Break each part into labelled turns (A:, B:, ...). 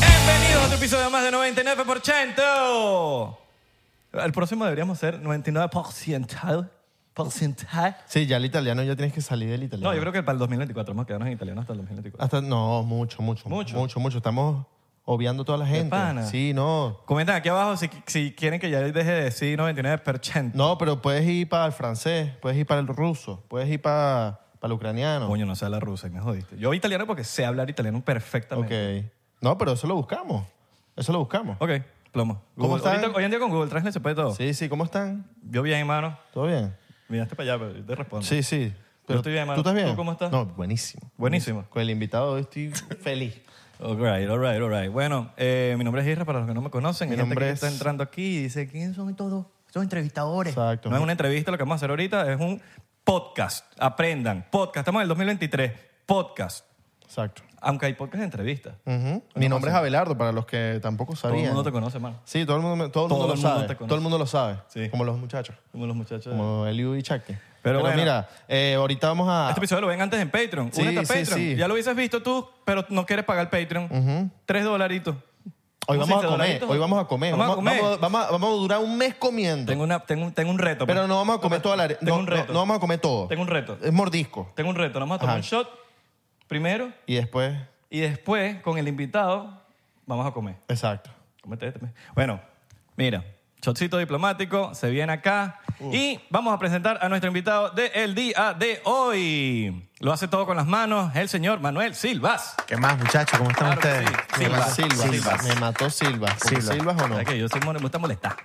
A: Bienvenidos a otro episodio más de 99%. El próximo deberíamos ser 99%. Porcentaje.
B: Sí, ya el italiano ya tienes que salir del italiano.
A: No, yo creo que para el 2024 vamos a quedarnos en italiano hasta el 2024.
B: Hasta, no, mucho, mucho,
A: Mucho.
B: mucho, mucho, Estamos obviando toda la gente.
A: pana?
B: Sí, no.
A: Comenten aquí abajo si, si quieren que ya deje de decir 99%.
B: No, pero puedes ir para el francés, puedes ir para el ruso, puedes ir para, para el ucraniano.
A: Coño, no sé la rusa y me jodiste. Yo italiano porque sé hablar italiano
B: ok.
A: perfectamente.
B: No, pero eso lo buscamos. Eso lo buscamos.
A: Ok, plomo.
B: ¿Cómo
A: Google-
B: están?
A: ahorita- hoy en día con Google Translate se puede todo.
B: Sí, sí, ¿cómo están?
A: Yo bien, hermano.
B: ¿Todo bien?
A: Miraste para allá, pero yo te respondo.
B: Sí, sí.
A: Yo estoy bien,
B: ¿Tú
A: mano.
B: estás bien?
A: ¿Tú cómo estás?
B: No, buenísimo.
A: Buenísimo.
B: Con el invitado hoy estoy feliz.
A: All right, all right, all right. Bueno, eh, mi nombre es Isra, para los que no me conocen.
B: Mi
A: Hay gente
B: nombre
A: que
B: es-
A: está entrando aquí y dice, ¿quiénes son todos? Son entrevistadores.
B: Exacto.
A: No es una entrevista, lo que vamos a hacer ahorita es un podcast. Aprendan. Podcast. Estamos en el 2023. Podcast.
B: Exacto.
A: Aunque hay podcast de entrevistas.
B: Ujú. Mi nombre es Abelardo, para los que tampoco
A: Todo el
B: sabían.
A: mundo te conoce, mano.
B: Sí, todo el mundo, me- todo el
A: Todo
B: mundo
A: el
B: lo
A: mundo
B: sabe.
A: te conoce.
B: Todo el mundo lo sabe.
A: Sí.
B: Como los muchachos.
A: Como los muchachos. de- este
B: Como Eliu y Chaki.
A: Pero bueno.
B: mira, eh, ahorita vamos a...
A: Este episodio lo ven antes en Patreon.
B: Sí,
A: Únete a
B: sí,
A: Patreon.
B: sí.
A: Ya lo hubieses visto tú, pero no quieres pagar Patreon. Tres dolaritos.
B: Hoy vamos
A: Cinco
B: a comer,
A: dolaritos.
B: hoy vamos a comer.
A: Vamos a comer.
B: Vamos, vamos a- vamos a durar un mes comiendo.
A: Tengo, una, tengo, un- tengo un reto.
B: pero
A: pues.
B: no vamos a comer toda la...
A: Tengo
B: no,
A: un
B: no-
A: reto.
B: no vamos a comer todo.
A: Tengo un reto.
B: Es mordisco.
A: Tengo un reto. Vamos a tomar un
B: Ajá.
A: shot primero
B: Y después...
A: y después, con el invitado, vamos a comer.
B: Exacto.
A: Cómete este, pues. Bueno, mira, shotcito diplomático, se viene acá. Y vamos a presentar a nuestro invitado del día de hoy. Lo hace todo con las manos, el señor Manuel Silvas.
C: ¿Qué más, muchachos? ¿Cómo están
A: Claro que
C: ustedes?
A: sí.
C: ¿Qué
A: Silva,
C: más?
B: Silva.
A: Silvas.
B: Me mató Silva. ¿Por
C: Silva.
B: Silvas o no?
A: O sea que yo soy mon- me gusta molestar.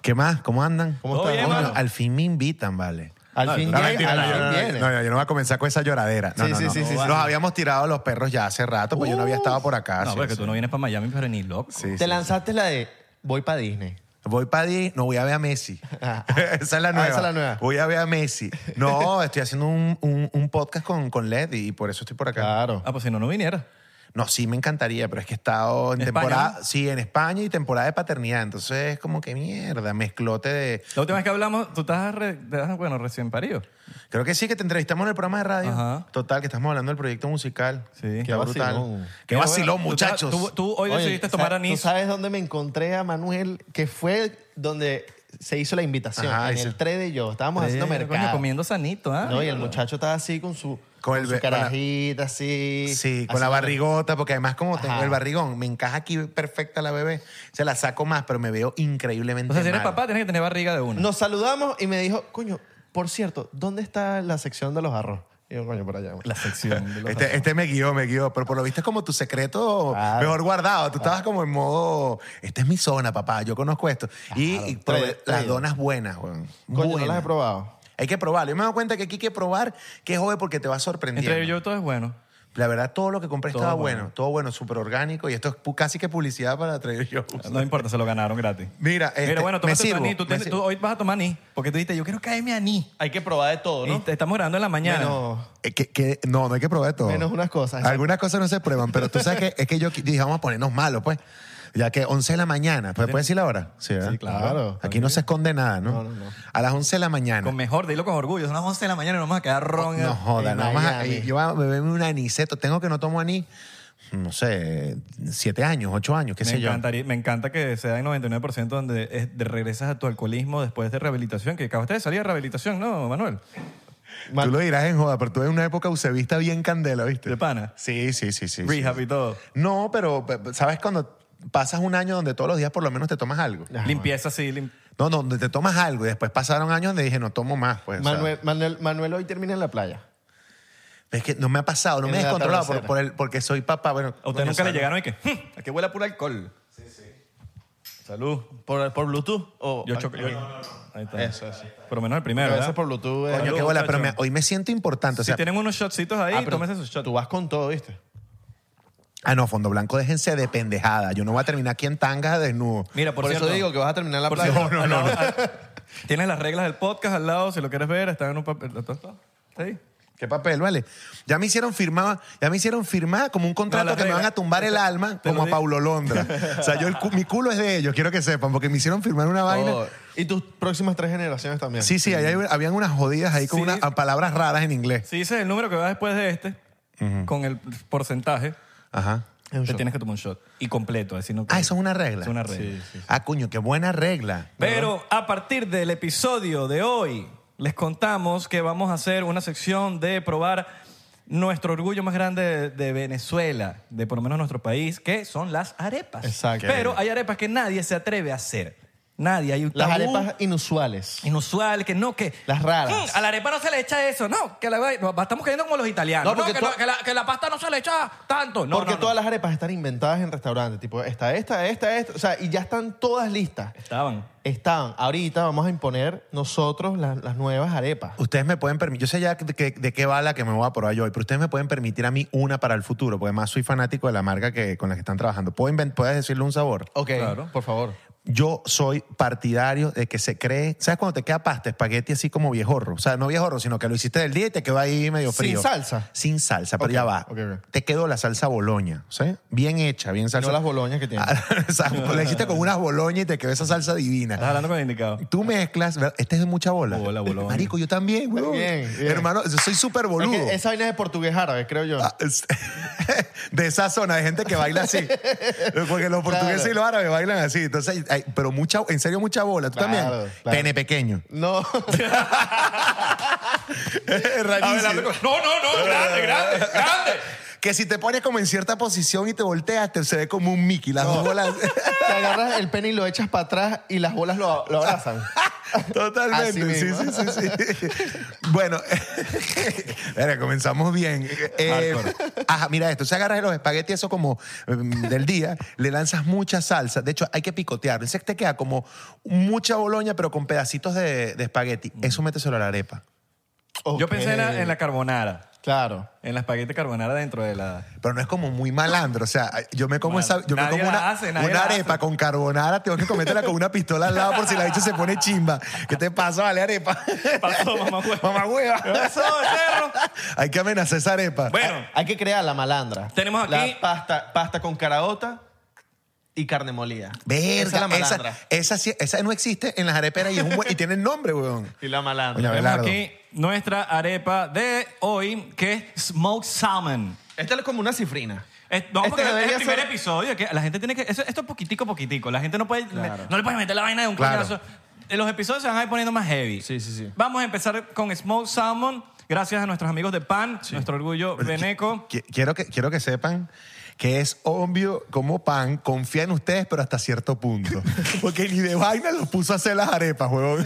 C: ¿Qué más? ¿Cómo andan?
B: ¿Cómo
A: Todo
B: estás?
A: bien,
B: Bueno,
A: mano.
C: Al fin me invitan, vale.
B: Al
A: No,
B: fin
A: no,
B: llega,
A: mentira,
B: al
A: no,
B: fin
C: no,
B: viene.
C: no, no, yo no voy a comenzar con esa lloradera. No,
B: Sí,
C: no,
B: sí,
C: no.
B: sí, sí,
C: Los
B: sí.
C: habíamos tirado a los perros ya hace rato, porque yo no pues había estado por acá.
A: no,
C: sí,
A: porque
C: sí.
A: pues, tú no vienes para Miami, pero ni loco.
C: Sí,
B: Te
C: sí.
B: lanzaste la de voy para Disney.
C: Voy para Disney, no voy a ver a Messi.
B: Ah.
C: esa es la
B: Ah,
C: nueva.
B: esa es la nueva.
C: Voy a ver a Messi. No, estoy haciendo un, un- un podcast con, con Led y por eso estoy por acá.
B: Claro.
A: Ah, pues si no, no viniera.
C: No, sí me encantaría, pero es que he estado en
A: ¿En
C: temporada,
A: España,
C: sí, en España y temporada de paternidad. Entonces es como que mierda, mezclote de.
A: La última vez que hablamos, tú estás, re- estás, bueno, recién parido.
C: Creo que sí, que te entrevistamos en el programa de radio.
A: Ajá.
C: Total, que estamos hablando del proyecto musical.
A: Sí.
C: Qué
B: Qué
C: brutal.
B: vacilón.
C: Qué
A: Mira,
C: vacilón,
A: bueno, tú estás-
C: muchachos.
A: Tú, tú hoy
B: Oye,
A: decidiste
B: ¿sabes-
A: tomar anís.
B: ¿Tú sabes dónde me encontré a Manuel? Que fue donde se hizo la invitación.
C: Ajá,
B: en
C: ese.
B: el 3 de yo. Estábamos haciendo
A: Eh,
B: mercado.
A: coño, comiendo sanito, ¿ah?
B: No, y el muchacho estaba así con su,
C: Con
B: con
C: el
B: su
C: ve- con la-
B: carajita, así.
C: Sí, con
B: así
C: la
B: como-
C: barrigota, porque además como tengo
B: Ajá.
C: el barrigón, me encaja aquí perfecta la bebé. Se la saco más, pero me veo increíblemente
A: O sea, si eres
C: mal.
A: papá, tienes que tener barriga de uno.
B: Nos saludamos y me dijo, coño, por cierto, ¿dónde está la sección de los arroz? Y yo, coño, por allá.
A: La sección. de los
C: Este, este me guió, me guió, pero por lo visto es como tu secreto
B: Claro.
C: mejor guardado. Tú estabas como en modo, esta es mi zona, papá, yo conozco esto. Y,
B: Claro,
C: y probé
B: trae-
C: las
B: trae.
C: donas buenas, weón.
B: Coño, no
C: Buenas.
B: las he probado.
C: Hay que probarlo. Yo me he dado cuenta que aquí hay que probar, que es joven porque te va sorprendiendo.
A: Entre yo todo es bueno.
C: La verdad, todo lo que compré
A: Todo
C: estaba
A: bueno.
C: bueno. todo bueno, súper orgánico. Y esto es pu- casi que publicidad para Trader Joe's.
A: No importa, se lo ganaron gratis.
C: Mira, este,
A: Mira, bueno,
C: me
A: tómate tu
C: sirvo,
A: anís. Tú,
C: me
A: tienes-
C: sirvo.
A: tú hoy vas a tomar anís. Porque tú dijiste, yo quiero caerme anís.
B: Hay que probar de todo,
A: Y te- Estamos grabando en la mañana.
B: Este, Menos,
C: Eh, que- que- no, no hay que probar todo.
B: menos unas cosas.
C: Algunas cosas no se prueban, pero tú sabes que es que yo qui- dije, vamos a ponernos malos, pues. Ya que 11 de la mañana, pues, ¿puedes decir la hora? Sí, ¿verdad?
A: Sí, claro.
C: Aquí no se esconde nada, ¿no? A las 11 de la mañana.
A: Con mejor, dilo con orgullo. Son las 11 de la mañana y nos vamos a quedar ron.
C: No joda,
B: En
C: nada más.
B: Miami.
C: y Yo voy a beberme un aniceto. Tengo que no tomo anís, no sé, siete años, ocho años, qué
A: me,
C: sé yo.
A: encantaría- me encanta que sea el 99% donde es- de- regresas a tu alcoholismo después de rehabilitación, que acabaste de salir de rehabilitación, ¿no, Manuel?
B: Ma-
C: Tú lo dirás en joda, pero tú en una época usevista bien candela, ¿viste?
A: ¿De pana?
C: Sí, sí, sí, sí. sí.
A: Rehab y todo.
C: No, pero pe- pe- ¿sabes cuando pasas un año donde todos los días por lo menos te tomas algo?
B: Ah,
A: Limpieza, sí. lim-
C: No, no, donde te tomas algo y después pasaron años donde dije, no tomo más, pues. o sea,
B: Manuel, Manuel, Manuel hoy termina en la playa.
C: es que no me ha pasado, no
B: En
C: me he
B: la
C: descontrolado por,
B: terracera.
C: por el, porque soy papá. Bueno,
A: A ustedes
C: coño,
A: nunca le
C: salud.
A: llegaron y que, "Hmm, aquí huele a puro alcohol. Sí, sí. Salud.
B: ¿Por, por Bluetooth? O,
A: Yo choqué. yo- Ahí está.
B: Eso, eso.
A: Por lo menos el
B: A
A: primero,
B: veces
A: ¿verdad?
B: por Bluetooth. eh,
C: Coño,
A: Salud,
C: qué bola, pero me-
A: muchacho.
C: hoy me siento importante. O
A: Si
C: sea,
A: tienen unos shotcitos ahí,
B: ah, pero
A: tómense sus shots.
B: Tú vas con todo, ¿viste?
C: ah, no, fondo blanco, déjense de pendejada. Yo no voy a terminar aquí en tangas desnudo.
A: Mira,
B: Por,
A: por, cierto,
B: eso digo que vas a terminar en la
A: por
B: playa.
A: cierto, al lado- al- tienes las reglas del podcast al lado, si lo quieres ver, está en un papel. ¿Está está- está ahí?
C: ¿Qué papel, vale? Ya me hicieron firmar, ya me hicieron firmar como un contrato
A: No, la
C: que me
A: regla.
C: van a tumbar el alma
A: Te lo
C: como a
A: di-
C: Paulo Londra. o sea, yo el cu- mi culo es de ellos, quiero que sepan, porque me hicieron firmar una vaina.
B: Oh, Y tus próximas tres generaciones también.
C: Sí, sí, ahí hay- habían unas jodidas ahí con
A: Sí.
C: unas palabras raras en inglés.
A: Si dices el número que va después de este, con el porcentaje,
C: Ajá.
B: Es un
A: te
B: shot.
A: tienes que tomar un shot. Y completo, así no.
C: Ah, eso es una regla.
A: Es una regla.
C: Ah, coño, qué buena regla.
A: Pero a partir del episodio de hoy, les contamos que vamos a hacer una sección de probar nuestro orgullo más grande de, de Venezuela, de por lo menos nuestro país, que son las arepas.
B: Exacto.
A: Pero hay arepas que nadie se atreve a hacer. Nadie. Hay un
B: Las
A: tabú
B: arepas inusuales.
A: inusual, que no, que...
B: Las raras.
A: Mm, a la arepa no se le echa eso, no, que la, no, estamos cayendo como los italianos.
B: No,
A: No,
B: porque
A: que,
B: tú-
A: no- que la, que la pasta no se le echa tanto. No,
B: Porque
A: no, no.
B: todas las arepas están inventadas en restaurantes. Tipo, esta, esta, esta, esta. O sea, y ya están todas listas.
A: Estaban.
B: Estaban. Ahorita vamos a imponer nosotros la- las nuevas arepas.
C: Ustedes me pueden permitir, yo sé ya de, qué- de qué va la que me voy a probar yo hoy, pero ustedes me pueden permitir a mí una para el futuro, porque además soy fanático de la marca que, con la que están trabajando. ¿Puedo inven- ¿Puedes decirle un sabor?
B: Ok,
A: Claro.
B: por favor.
C: Yo soy partidario de que se cree, ¿sabes cuando te queda pasta, espagueti así como viejorro? O sea, no viejorro, sino que lo hiciste del día y te quedó ahí medio
B: Sin
C: frío.
B: salsa.
C: Sin salsa, pero
B: Ok,
C: ya va.
B: ok, ok.
C: Te quedó la salsa boloña, ¿sí? Bien hecha, bien salsa.
B: No las boloñas que tienen.
A: Ah,
C: o sea, la hiciste con unas boloñas y te quedó esa salsa divina.
A: Estás hablando con el indicado.
C: Tú mezclas, ¿verdad? este es de mucha bola.
A: Bola, boloña.
C: Marico, yo también, huevón.
B: Bien, bien.
C: Hermano, yo soy súper boludo.
B: Es que esa vaina es de portugués árabe, creo yo.
C: Ah, es- de esa zona de gente que baila así porque los portugueses
B: Claro.
C: y los árabes bailan así entonces hay- pero mucha en serio mucha bola tú
B: Claro,
C: también
B: claro.
C: pene pequeño
B: No.
C: Es
A: A ver,
C: rarísimo.
A: habla con- No, no, no, grande, grande, grande.
C: que si te pones como en cierta posición y te volteas te, se ve como un Mickey las dos bolas
B: Te agarras el pene y lo echas para atrás y las bolas lo, lo abrazan. Así
C: totalmente sí,
B: mismo.
C: sí, sí, sí. bueno Mira, comenzamos bien Eh, ajá, mira esto se agarras los espaguetis eso como em, del día le lanzas mucha salsa de hecho hay que picotear ese te queda como mucha boloña pero con pedacitos de, de espagueti
A: Mm.
C: eso méteselo a la arepa
B: Ok.
A: Yo pensé en la, en la carbonara,
B: Claro.
A: en la espagueti carbonara dentro de la...
C: Pero no es como muy malandro. O sea, yo me como,
A: Mal-
C: esa, yo me
A: nadie
C: como
A: la
C: una,
A: hace, nadie
C: una
A: la
C: arepa
A: hace.
C: con carbonara. Tengo que comértela con una pistola al lado por si la bicha se pone chimba. ¿Qué te pasa, vale, arepa?
A: Pasó, mamá hueva.
C: Mamá hueva.
A: ¿Qué pasó, becerro?
C: Hay que amenazar esa arepa.
A: Bueno,
B: Hay que crear la malandra.
A: Tenemos aquí-
B: La pasta, pasta con caraota y carne molida. Esa es
C: Verga,
B: la
C: esa,
B: malandra.
C: esa sí- esa no existe en las areperas y, es un buen- y tiene nombre, weón.
B: Y la malandra.
C: Doña
A: tenemos
C: Abelardo.
A: aquí nuestra arepa de hoy, que es smoked salmon.
B: Esta es como una cifrina.
A: Es, no,
B: Este
A: porque es el
B: debería
A: primer
B: ser-
A: episodio. Que la gente tiene que. eso- esto es poquitico, poquitico. La gente no puede.
B: Claro.
A: No le puedes meter la vaina de un
C: Claro.
A: coñazo. Eh, Los episodios se van a ir poniendo más heavy.
B: Sí, sí, sí.
A: Vamos a empezar con Smoked Salmon. Gracias a nuestros amigos de PAN, nuestro orgullo veneco.
C: Qui- Quiero que, quiero que sepan que es obvio como pan confía en ustedes, pero hasta cierto punto. Porque ni de vaina los puso a hacer las arepas, huevón.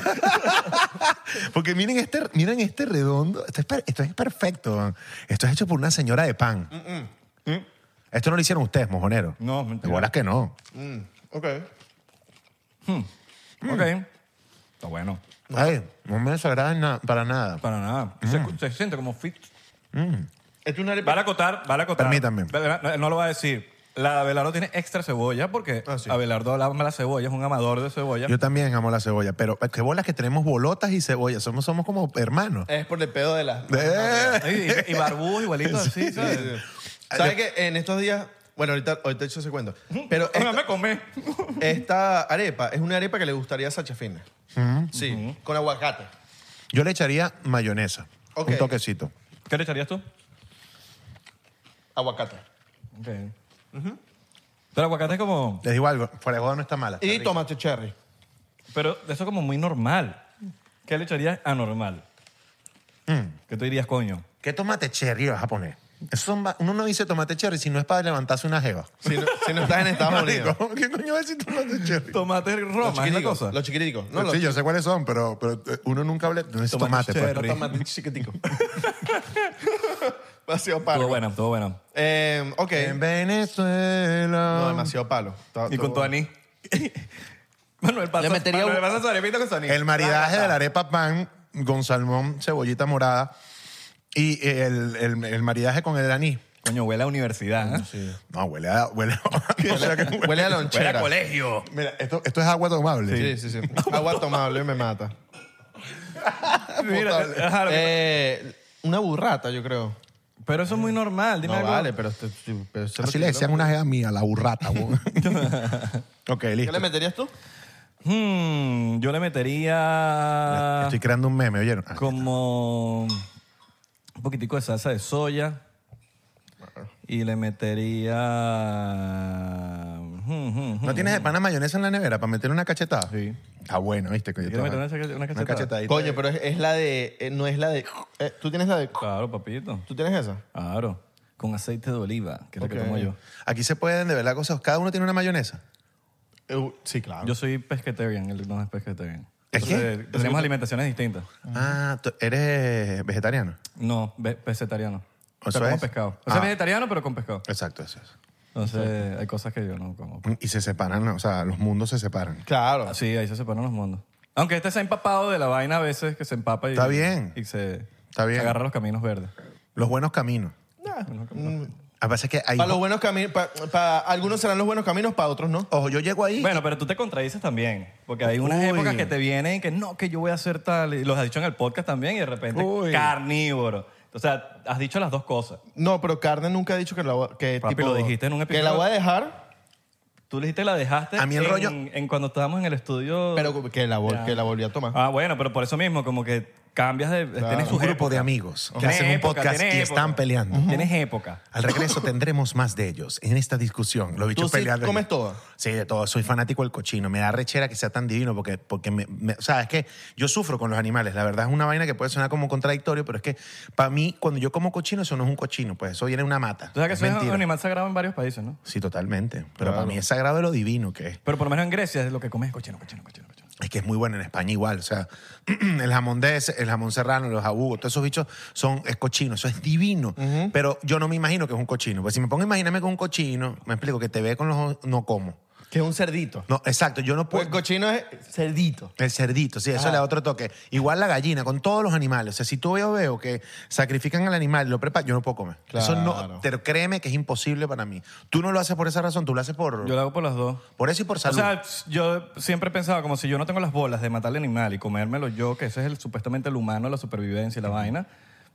C: Porque miren este, miren este redondo. Esto es, per- esto es perfecto. man. Esto es hecho por una señora de pan. Esto no lo hicieron ustedes, mojonero.
A: No, mentira.
C: De bolas que no.
A: Mm,
B: Ok. Mm.
A: Ok. Está bueno.
C: Ay, no me desagradan na- para nada.
A: Para nada. Se,
B: Mm.
A: escu- se siente como fit.
B: Esta es una arepa.
A: Vale acotar, vale acotar.
C: Permítanme.
A: Vale, No, no lo va a decir. La de Abelardo tiene extra cebolla porque
B: Ah, sí.
A: Abelardo ama la cebolla, es un amador de cebolla.
C: Yo también amo la cebolla, pero qué bolas que tenemos bolotas y cebolla. Somos, somos como hermanos.
B: Es por el pedo de las...
C: Eh.
A: Ay, Y, y barbudos igualitos así, ¿sabes?
B: ¿Sabes qué? En estos días... Bueno, ahorita, ahorita echo ese cuento. Pero
A: Ahora me
B: esta,
A: comé.
B: esta arepa es una arepa que le gustaría a Sacha Fitness. Sí, con aguacate.
C: Yo le echaría mayonesa.
B: Ok.
C: Un toquecito.
A: ¿Qué le echarías tú?
B: Aguacate.
A: Ok. Pero aguacate es como...
C: Les digo algo, fuera de joda no está mala.
B: Y
C: está rica.
B: tomate cherry.
A: Pero eso es como muy normal. ¿Qué le echarías anormal?
B: Mm.
A: ¿Qué tú dirías, coño?
C: ¿Qué tomate cherry vas a poner? Eso son va- uno no dice tomate cherry si no es para levantarse una jeva.
B: Si no, si no estás en Estados Unidos.
C: Marico, ¿Qué coño va a decir tomate cherry?
A: Tomate
B: Los
A: Roma, es la
B: chiquiticos.
A: cosa.
B: Los chiquiticos. No,
C: sí,
B: los
C: yo sé cuáles son, pero, pero eh, uno nunca habla. No es tomate,
A: Tomate
C: pues.
A: cherry.
B: no tomates chiquiticos. demasiado
A: Todo
B: palo.
A: bueno, todo bueno.
B: Eh, ok.
C: En Venezuela.
B: No, demasiado palo. Está-
A: Y
B: está
A: con tu
B: bueno.
A: aní. Manuel pasa,
B: Le metería
A: Manuel
B: un-
A: pasa su arepita con su aní.
C: El maridaje de la arepa pan con salmón, cebollita morada y el, el- el maridaje con el anís.
A: Coño, huele a universidad. ¿eh?
C: No, huele a... Huele a, o sea que huele-
B: Huele a lonchera.
A: colegio.
C: Mira, esto, esto es agua tomable.
B: Sí, sí, sí. Agua tomable me mata.
A: Mira, ajá, lo que-
B: Eh, una burrata, yo creo.
A: pero eso es muy normal. Dime
B: No
A: algo.
B: vale, pero... este- pero eso
C: Así
B: lo
C: le
B: que-
C: decían una jeva mía, la burrata. güey. ok,
B: ¿Qué
C: listo.
B: le meterías tú?
A: Hmm, yo le metería
C: Estoy creando un meme, ¿oyeron? Ah,
A: como un poquitico de salsa de soya. Y le metería... hmm, hmm, hmm.
C: ¿No tienes de pana mayonesa en la nevera para meter una cachetada?
A: Sí.
C: Ah, bueno, viste. Que yo
A: ¿Quieres
C: te-
A: meter una cache- una cachetada?
C: cachetadita.
B: Coño, pero es, es la de... eh, no es la de... eh, ¿Tú tienes la de...?
A: Claro, papito.
B: ¿Tú tienes esa?
A: Claro. Con aceite de oliva, que es lo
B: Ok.
A: que tomo yo.
C: Aquí se pueden de verdad cosas. Cada uno tiene una mayonesa.
B: Eh, sí, claro.
A: Yo soy pescatarian, él no es pescatarian.
C: Ah. ¿Es qué?
A: Entonces, Tenemos alimentaciones distintas.
C: Ah, tú eres vegetariano.
A: No, ve- pescetariano.
C: O
A: O sea,
C: sea,
A: como
C: es-
A: pescado. O sea,
C: Ah.
A: vegetariano, pero con pescado.
C: Exacto, eso es.
A: Entonces, hay cosas que yo no como.
C: Y se separan, o sea, los mundos se separan.
B: Claro.
A: Sí, ahí se separan los mundos. Aunque este se ha empapado de la vaina a veces, que se empapa y,
C: Está bien.
A: y se
C: Está bien.
A: agarra los caminos verdes.
C: Los buenos caminos. A veces que hay...
B: Para los buenos caminos... Para, algunos serán los buenos caminos, para otros no.
C: Ojo, yo llego ahí...
A: Bueno, pero tú te contradices también. Porque hay unas
C: Uy.
A: épocas que te vienen que no, que yo voy a hacer tal. Y los has dicho en el podcast también y de repente
C: Uy.
A: carnívoro. O sea, has dicho las dos cosas.
B: No, pero carne nunca ha dicho que la voy a- que
A: Papi,
B: tipo,
A: lo dijiste en un
B: Que la
A: episodio.
B: voy a dejar,
A: Tú le dijiste la dejaste
C: A mí el
A: en,
C: rollo-
A: en cuando estábamos en el estudio.
B: pero que la, vol- que la volví a tomar.
A: Ah, bueno, pero por eso mismo, como que cambias de. Tienes
C: un
A: tus
C: grupo de
A: épocas.
C: amigos que
A: Tienes
C: hacen un
A: época,
C: podcast
A: tienes
C: y
A: época.
C: están peleando.
A: Tienes época.
C: Al regreso tendremos más de ellos en esta discusión. Los bichos
B: ¿Tú sí
C: peleando.
B: comes todo?
C: Sí, de todo. Soy fanático del cochino. Me da rechera que sea tan divino porque, porque me, me- o sea, es que yo sufro con los animales. La verdad es una vaina que puede sonar como contradictorio, pero es que para mí, cuando yo como cochino, eso no es un cochino, pues eso viene de una mata.
A: Tú sabes que
C: es
A: eso es un
C: mentira.
A: animal sagrado en varios países, ¿no?
C: Sí, totalmente. Pero para mí es sagrado lo divino que es.
A: Pero por lo menos en Grecia es lo que comes es cochino, cochino, cochino, cochino.
C: Es que es muy bueno en España igual. O sea, el jamón de ese, el jamón serrano, los jabugos, todos esos bichos son, es cochino, eso es divino. Pero yo no me imagino que es un cochino. Pues si me pongo a imaginarme con un cochino, me explico que te ve con los ojos, no como.
B: Que es un cerdito.
C: No, exacto, yo no
B: Pues el
C: puedo.
B: cochino es cerdito.
C: El cerdito, sí, eso le da otro toque. Igual la gallina, con todos los animales. O sea, si tú yo veo que sacrifican al animal y lo preparan, yo no puedo comer. Eso no,
B: Claro.
C: pero créeme que es imposible para mí. Tú no lo haces por esa razón, tú lo haces por,
A: Yo lo hago por las dos.
C: por eso y por
A: O
C: salud.
A: sea, yo siempre he pensado como si yo no tengo las bolas de matar al animal y comérmelo yo, que ese es el, supuestamente el humano, la supervivencia y la vaina.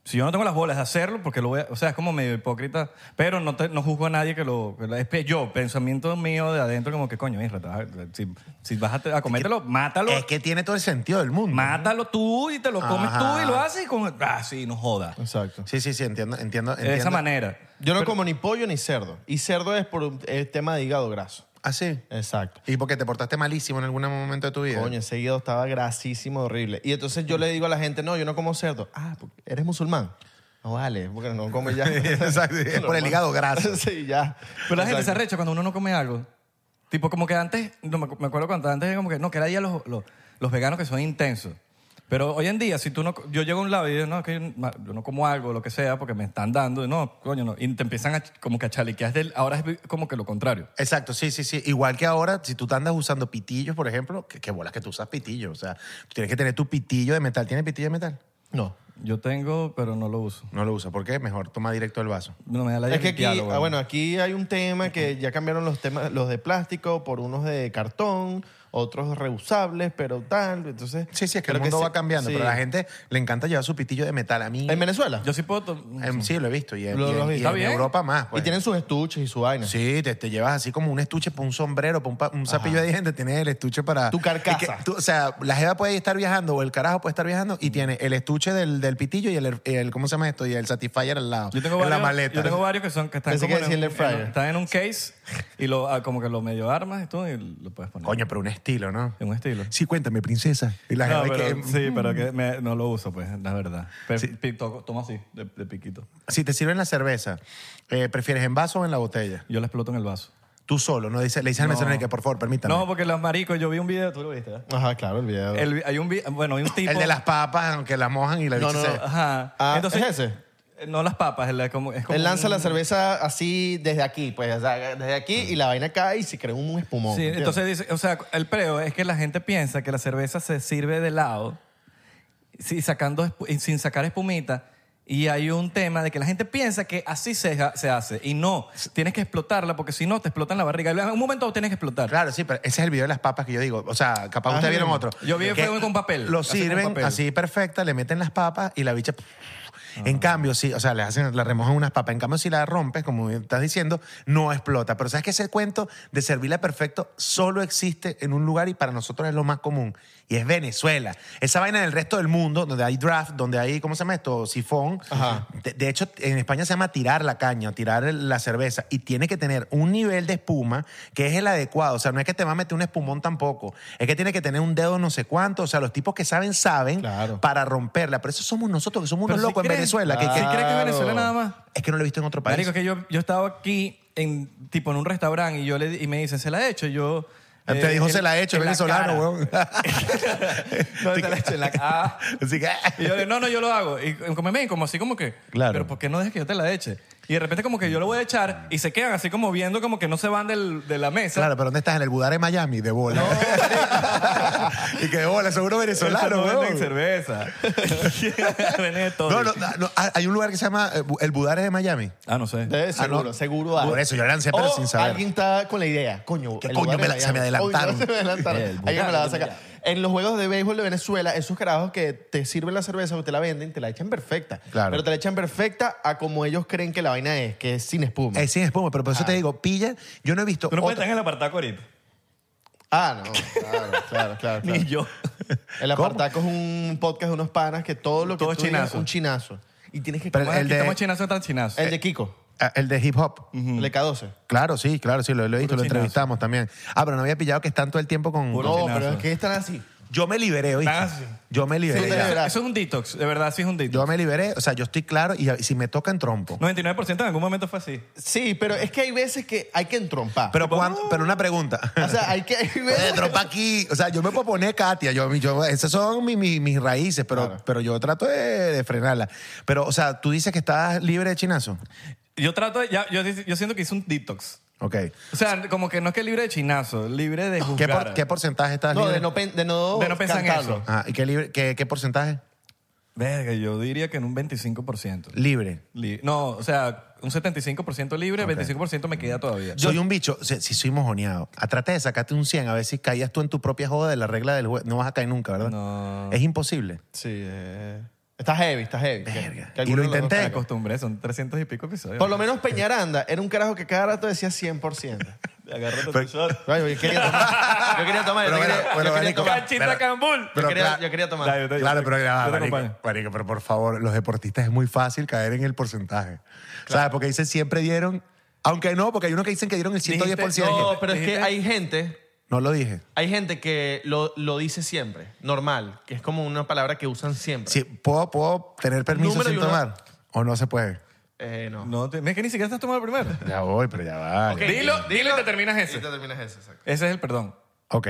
A: Si yo no tengo las bolas de hacerlo, porque lo voy a, O sea, es como medio hipócrita, pero no, te- no juzgo a nadie que lo... que lo- es pe- yo, pensamiento mío de adentro, como que coño, Isra, te vas a- si, si vas a, te- a comértelo, mátalo.
C: es que tiene todo el sentido del mundo.
A: Mátalo tú y te lo comes
C: Ajá.
A: tú y lo haces y con... Ah, sí, no joda.
B: Exacto.
C: Sí, sí, sí, entiendo, entiendo.
A: De esa
C: entiendo.
A: manera.
B: Yo no como ni pollo ni cerdo. Y cerdo es por un- el tema de hígado graso.
C: ¿Ah, sí?
B: Exacto.
C: ¿Y porque te portaste malísimo en algún momento de tu vida?
B: Coño, ese hígado estaba grasísimo, horrible. Y entonces yo le digo a la gente, no, yo no como cerdo. Ah, porque eres musulmán. No vale, porque no como ya.
C: Exacto, es por el hígado graso.
B: sí, ya.
A: Pero la gente se
B: Exacto.
A: arrecha cuando uno no come algo. Tipo, como que antes, no, me acu- me acuerdo cuando antes, como que no, que era día los, los, los veganos que son intensos. Pero hoy en día, si tú no. co- Yo llego a un lado y digo, no, es que yo, ma- yo no como algo, lo que sea, porque me están dando. y No, coño, no. Y te empiezan a, ch- como que a chalequear. del- Ahora es vi- como que lo contrario.
C: Exacto, sí, sí, sí. Igual que ahora, si tú te andas usando pitillos, por ejemplo, que que bolas que tú usas pitillos. O sea, tú tienes que tener tu pitillo de metal. ¿Tienes pitillo de metal?
B: No.
A: Yo tengo, pero no lo uso.
C: No lo usa. ¿Por qué? Mejor toma directo el vaso.
A: No me da la
B: Es que aquí,
A: limpiarlo,
B: ah,
A: weón.
B: bueno, aquí hay un tema que ya cambiaron los temas, los de plástico por unos de cartón, otros reusables, pero tal. Entonces,
C: Sí, sí, es que el
B: creo
C: mundo
B: se-
C: va cambiando,
B: sí.
C: pero a la gente le encanta llevar su pitillo de metal. A mí.
B: ¿En Venezuela?
A: Yo sí puedo. to-
C: em, sí, lo he visto. Y, en-
B: Lo-
C: y en-
B: lo has
C: y
B: visto.
C: en
A: Está bien.
C: Europa más. pues.
B: Y tienen sus estuches y su vaina.
A: Eh.
C: Sí, te, te llevas así como un estuche para un sombrero, para un, pa- un cepillo de dientes, tienes el estuche para...
B: Tu carcasa.
C: Y tú- o sea, la jeva puede estar viajando o el carajo puede estar viajando
A: Mm.
C: y tiene el estuche del, del pitillo y el, el- ¿cómo se llama esto? Y el Satisfyer al lado,
A: Yo tengo,
C: en
A: varios,
C: la maleta.
A: yo tengo varios que son que están
B: Pensé
A: como
B: que
A: en,
B: decía el air
A: un- en un-
B: fryer.
A: están en un case y lo, ah, como que lo medio armas y tú y lo puedes poner.
C: Coño, pero un estilo, ¿no?
A: Es un estilo.
C: Sí, cuéntame, princesa. Y la
A: No,
C: gente
A: pero,
C: que-
A: sí, pero que me- no lo uso, pues, la verdad. Pero
C: Sí.
A: pi- toco- tomo así, de, de piquito.
C: Si te sirven la cerveza, eh, ¿prefieres en vaso o en la botella?
A: Yo la exploto en el vaso.
C: Tú solo, ¿no? Dice- le dices al mesonero que por favor, permítame.
A: No, porque los maricos, yo vi un video, tú lo viste, ¿verdad?
B: Ajá, claro, el video.
A: El- hay un vi- bueno, hay un tipo...
C: el de las papas, que las mojan y la
B: No,
C: bicha
B: no,
C: se-
B: no.
A: Ajá.
B: Ah, ¿es ese?
A: eh, No las papas, el- es como, es como
B: Él lanza
A: un-
B: la cerveza así desde aquí, pues, o sea, desde aquí
C: Ah.
B: y la vaina cae y se crea un espumón.
A: Sí,
B: ¿entiendes?
A: entonces dice, o sea, el preo es que la gente piensa que la cerveza se sirve de lado sí, sacando, espu- y sin sacar espumita. Y hay un tema de que la gente piensa que así se, ja- se hace. Y no, tienes que explotarla porque si no te explotan la barriga. En un momento tienes que explotar.
C: Claro, sí, pero ese es el video de las papas que yo digo. O sea, capaz
B: Ah,
C: ustedes
B: sí.
C: vieron otro.
A: Yo vi
C: Que
A: fue con papel,
C: Lo
A: así con
C: sirven
A: papel.
C: así perfecta, le meten las papas y la bicha. En cambio, sí, o sea, le hacen, la remojan unas papas. En cambio, si la rompes, como estás diciendo, no explota. Pero sabes que ese cuento de servirla perfecto solo existe en un lugar y para nosotros es lo más común. Y es Venezuela. Esa vaina del resto del mundo, donde hay draft, donde hay, ¿cómo se llama esto? Sifón.
B: Ajá.
C: De, de hecho, en España se llama tirar la caña, tirar el- la cerveza. Y tiene que tener un nivel de espuma que es el adecuado. O sea, no es que te va a meter un espumón tampoco. Es que tiene que tener un dedo no sé cuánto. O sea, los tipos que saben, saben
B: Claro.
C: para romperla. Pero eso somos nosotros, que somos unos
A: Pero si
C: locos en
A: crees-
C: Venezuela. que-
A: si
C: que-
A: crees que es Venezuela
B: Claro.
A: nada más?
C: es que no lo he visto en otro país.
A: Marico, que yo, yo estaba aquí en, tipo, en un restaurante y, yo le, di- y me dicen, ¿se la he hecho? Y yo...
C: Ah, Te
A: eh,
C: dijo,
A: en-
C: se la he hecho,
A: en
C: venezolano,
A: cara.
C: weón.
A: no, se la he hecho en la cara. Ah.
C: Así que.
A: Y yo le no, no, yo lo hago. Y como me ven, como así como que,
C: Claro.
A: pero ¿por qué no dejes que yo te la eche? Y de repente como que yo lo voy a echar y se quedan así como viendo como que no se van del- de la mesa.
C: Claro, pero ¿dónde estás? En el Budare Miami, de bola. y que de bola, seguro venezolano,
A: Eso no venden
C: weón.
A: cerveza. Venden todo.
C: No, no, no, ah, hay un lugar que se llama eh, el Budare de Miami.
A: Ah, no sé.
B: Debe- seguro,
C: no.
B: seguro hay.
C: Por eso yo lancé, pero
B: O
C: sin saber.
B: Alguien está con la idea. Coño,
C: ¿Qué
B: el
C: coño
B: lugar
C: me
B: de
C: la- se me
B: Miami. Oye,
C: adelantaron?
B: se me adelantaron.
A: El
B: Alguien me la va a
A: vulgar,
B: sacar. En los juegos de béisbol de Venezuela, esos carajos que te sirven la cerveza o te la venden, te la echan perfecta.
C: Claro.
B: Pero te la echan perfecta a como ellos creen que la vaina es, que es sin espuma.
C: Eh, Es sin espuma, pero por eso te digo, pilla. Yo no he visto.
A: Mm. Ah. Tú no puedes
C: otra-
A: estar en el apartado ahorita.
B: Ah, no. Claro, claro, claro.
A: Ni
B: claro.
A: yo.
B: El
C: ¿Cómo?
B: apartaco es un podcast de unos panas que todo lo que
A: Todo
B: tú digas
A: chinazo.
B: es un chinazo. Y tienes que...
C: Pero
A: Más
C: el
A: aquí
C: de-
A: estamos chinazos tras chinazos.
B: el de Kiko,
C: Ah, el de hip hop.
B: el de K12.
C: Claro, sí, claro, sí, lo, lo he visto,
A: Mm. Puro
C: lo
A: chinazo.
C: entrevistamos también. Ah, pero no había pillado que están todo el tiempo con.
A: Puro
B: No,
A: chinazo.
B: pero es que están así.
C: Yo me liberé, ¿oíste?
A: Están así.
C: Yo me liberé.
B: Sí, te
C: ya.
B: liberaste.
A: Eso es un detox. De verdad, sí es un detox.
C: Yo me liberé, o sea, yo estoy claro y a- si me tocan trompo.
A: 99% en algún momento fue así.
B: Sí, pero es que hay veces que hay que entrompar.
C: Pero, cuando- pero una pregunta.
B: o sea, hay que... Hay
C: Oye,
B: veces-
C: trompa aquí. O sea, yo me puedo poner Katia. Yo, yo, esas son mi- mi- mis raíces, pero,
B: Claro.
C: pero yo trato de, de frenarla. Pero, o sea, tú dices que estás libre de chinazo.
A: Yo trato, de- ya, yo, yo siento que hice un detox.
C: Ok.
A: O sea, como que no es que libre de chinazo, libre de
C: ¿Qué,
A: juzgar.
C: por- qué porcentaje estás
B: No,
C: libre?
B: de no, pen- de no,
A: De no pensar en
B: cantarlo.
A: eso.
C: Ajá, ¿y qué, libre, qué, qué porcentaje?
A: Verga, yo diría que en un 25%.
C: Libre.
A: Li- no, o sea, un 75% libre, 25% me queda todavía.
C: soy un bicho, si, si soy mojoneado. A trate de sacarte un 100, a ver si caías tú en tu propia joda de la regla del juego. No vas a caer nunca, ¿verdad?
A: No.
C: Es imposible.
B: Sí, eh, está heavy, está heavy. Que-
C: Verga.
B: que
C: Y lo
B: alguno de los dos
C: intenté.
A: Me
B: caiga.
A: acostumbré, son 300 y pico episodios.
B: Por lo menos Peñaranda era un carajo que cada rato decía 100%.
A: Agárrate tu
C: Pero-
A: shot.
B: Ay, yo quería tomar. Yo quería tomar.
C: Pero
B: yo
C: bueno,
B: quería, yo
C: bueno,
B: quería
C: Nico.
B: tomar.
A: ¡Cachita
C: Pero-
A: Cambul!
B: Yo
C: Pero
B: quería,
C: cla-
B: yo quería tomar.
A: Ya, yo te- yo
C: claro,
A: te-
C: pero,
A: yo
C: ah,
A: te
C: marico,
A: acompaño.
C: marico, pero por favor, los deportistas es muy fácil caer en el porcentaje. ¿Sabes? Porque dicen siempre dieron, aunque no, porque hay unos que dicen que dieron el 110%.
B: No, pero es que hay gente,
C: No lo dije.
B: hay gente que lo, lo dice siempre, normal, que es como una palabra que usan siempre.
C: Sí, ¿puedo, ¿Puedo tener permiso
B: Número y
C: sin
B: una-
C: tomar? ¿O no se puede?
B: Eh, no.
A: No, te- es que ni siquiera estás tomando el primero.
C: Ya voy, pero ya va.
B: Ok.
A: Dilo, dilo y te terminas
B: Y te
A: ese.
B: terminas eso, exacto.
A: Ese es el perdón.
C: Ok.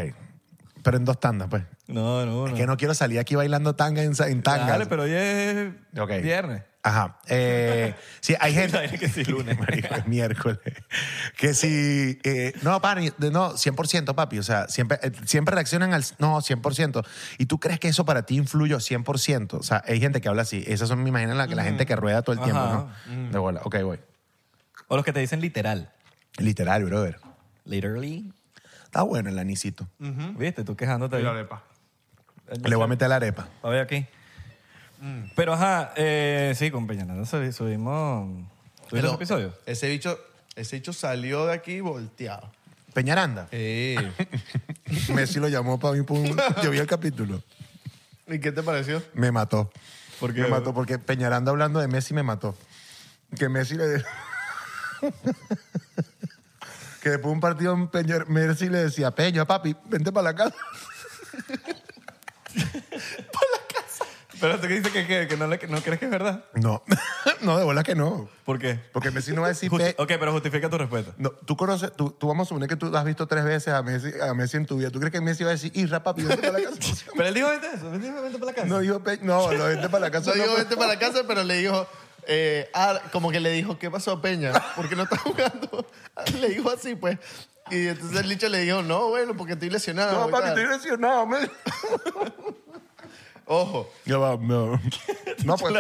C: Pero en dos tandas, pues.
A: No, no, no.
C: Que no quiero salir aquí bailando tanga en, sa- en tanga.
A: Dale, pero hoy es
C: Ok.
A: viernes.
C: Ajá. Eh, sí, hay gente.
A: que sí, lunes.
C: Marico, es miércoles. Que si. eh, no, papi, no, 100%, papi. O sea, siempre, eh, siempre reaccionan al. No, 100%. Y tú crees que eso para ti influyó 100%. O sea, hay gente que habla así. Esas son, me imagino, la, que la gente que rueda todo el tiempo,
A: Mm. Ajá. Mm.
C: ¿no? De bola. Ok, voy.
A: O los que te dicen literal.
C: Literal, brother.
A: Literally.
C: Está bueno el anisito.
A: ¿Viste? Tú quejándote. ahí.
C: Le voy a meter la arepa.
A: A ver aquí. Pero ajá, eh, sí, con Peñananda subi- subimos. ¿Subimos
B: Pero
A: los episodios?
B: Ese bicho, ese bicho salió de aquí volteado.
C: Peñaranda.
B: Eh.
C: Messi lo llamó para mí. por un- Yo vi el capítulo.
B: ¿Y qué te pareció?
C: Me mató.
A: ¿Por qué?
C: Me mató porque Peñaranda hablando de Messi me mató. Que Messi le... que que después de un partido en Peña- Mercy le decía, Peña, papi, vente para la casa.
A: Pero te dice que, que, que no, le- que no crees que es verdad.
C: No, no, de bola que no.
A: ¿Por qué?
C: Porque Messi no va a decir... "Pe-
A: Justi- ok, pero justifica tu respuesta.
C: No, tú conoces, tú, tú vamos a suponer que tú has visto tres veces a Messi, a Messi en tu vida. ¿Tú crees que Messi va a decir, irra, papi, vente para la casa?
A: Pero él dijo vente eso, él dijo vente para la casa.
C: No, dijo, Pe- no, lo vente para la casa. no,
B: Eso dijo,
C: pero-
B: vete para la casa, pero le dijo, eh, ah, como que le dijo, ¿qué pasó, Peña? ¿Por qué no estás jugando? Le dijo así, pues. Y entonces el licho le dijo, no, bueno, porque estoy lesionado.
C: No,
B: y
C: papi,
B: tal".
C: estoy lesionado, Messi.
B: Ojo,
C: Ya va, no. No, pues,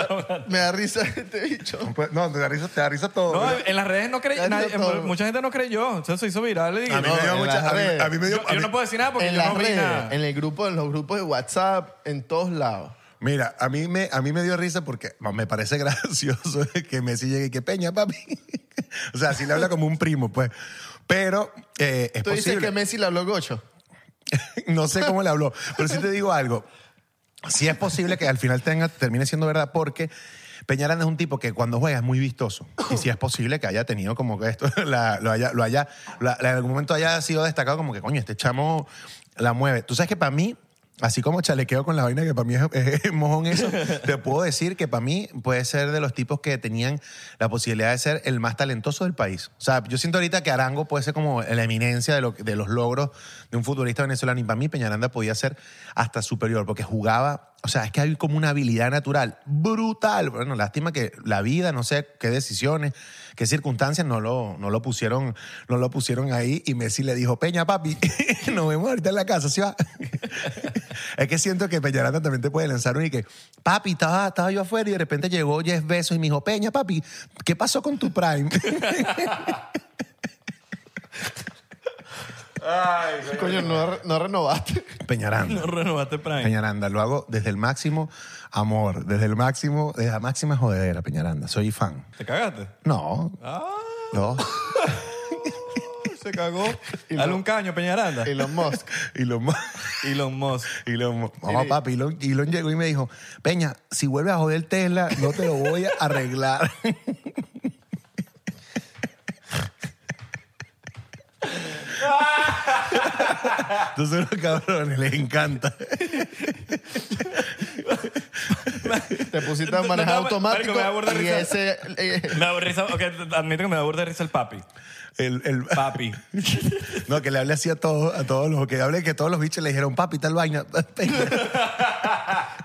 B: me da risa este bicho.
C: pues, no, te da risa, te da risa todo.
A: No,
C: ¿verdad?
A: en las redes no creyó.
B: Ya no todo.
A: Mucha gente no creyó. O sea, se hizo viral. Y,
C: a mí
B: no,
C: me dio
B: en
C: mucha...
B: las
C: A mí,
B: redes.
C: a mí me dio...
A: yo,
C: a
A: yo
C: mí-
A: no puedo decir nada Ah, porque
B: En
A: yo no
B: las
A: vi
B: redes,
A: nada.
B: en el grupo, en los grupos de WhatsApp, en todos lados.
C: Mira, a mí, me, a mí me dio risa porque ma, me parece gracioso que Messi llegue y que peña, papi. o sea, así le habla como un primo, pues. Pero eh, es
B: Tú
C: posible.
B: dices que Messi le habló gocho.
C: No sé cómo le habló, pero sí te digo algo. Sí es posible que al final tenga, termine siendo verdad porque Peñaranda es un tipo que cuando juega es muy vistoso. Y sí es posible que haya tenido como que esto, la- lo haya, lo haya, la- la- en algún momento haya sido destacado como que, coño, este chamo la mueve. Tú sabes que para mí, así como chalequeo con la vaina que para mí es, es mojón eso, te puedo decir que para mí puede ser de los tipos que tenían la posibilidad de ser el más talentoso del país. O sea, yo siento ahorita que Arango puede ser como la eminencia de, lo- de los logros de un futbolista venezolano y para mí Peñaranda podía ser hasta superior porque jugaba, o sea, es que hay como una habilidad natural brutal. Bueno, lástima que la vida, no sé qué decisiones, qué circunstancias no lo, no lo pusieron, no lo pusieron ahí y Messi le dijo, "Peña, papi, nos vemos ahorita en la casa, ¿sí va?" Es que siento que Peñaranda también te puede lanzar un y que, papi, estaba, estaba yo afuera y de repente llegó Jeff Bezos y me dijo, Peña, papi, ¿qué pasó con tu Prime?
B: Coño, no, no renovaste.
C: Peñaranda.
A: No renovaste Prime.
C: Peñaranda, lo hago desde el máximo amor, desde el máximo, desde la máxima jodedera, Peñaranda. Soy fan.
A: ¿Te cagaste?
C: No,
A: Ah,
C: no.
A: se cagó.
B: Y
A: Dale
B: lo-
A: un caño, Peñaranda.
B: Elon Musk.
C: Y lo más.
A: Elon Musk.
C: Y lo, mamá,
B: Y-
C: papi, Elon, Elon llegó y me dijo, Peña, si vuelves a joder Tesla, no te lo voy a arreglar. Entonces los cabrones les encanta.
B: Te pusiste a
A: No,
B: manejar
A: no, marico,
B: automático.
A: me da burda
B: y
A: risa.
B: ese, eh,
A: Me da risa, ok, admito que me da burda de risa el papi.
C: El, el-
A: Papi.
C: no, que le hablé así a todos, a todos los, que hablé que todos los bichos le dijeron, papi, tal vaina. Peña.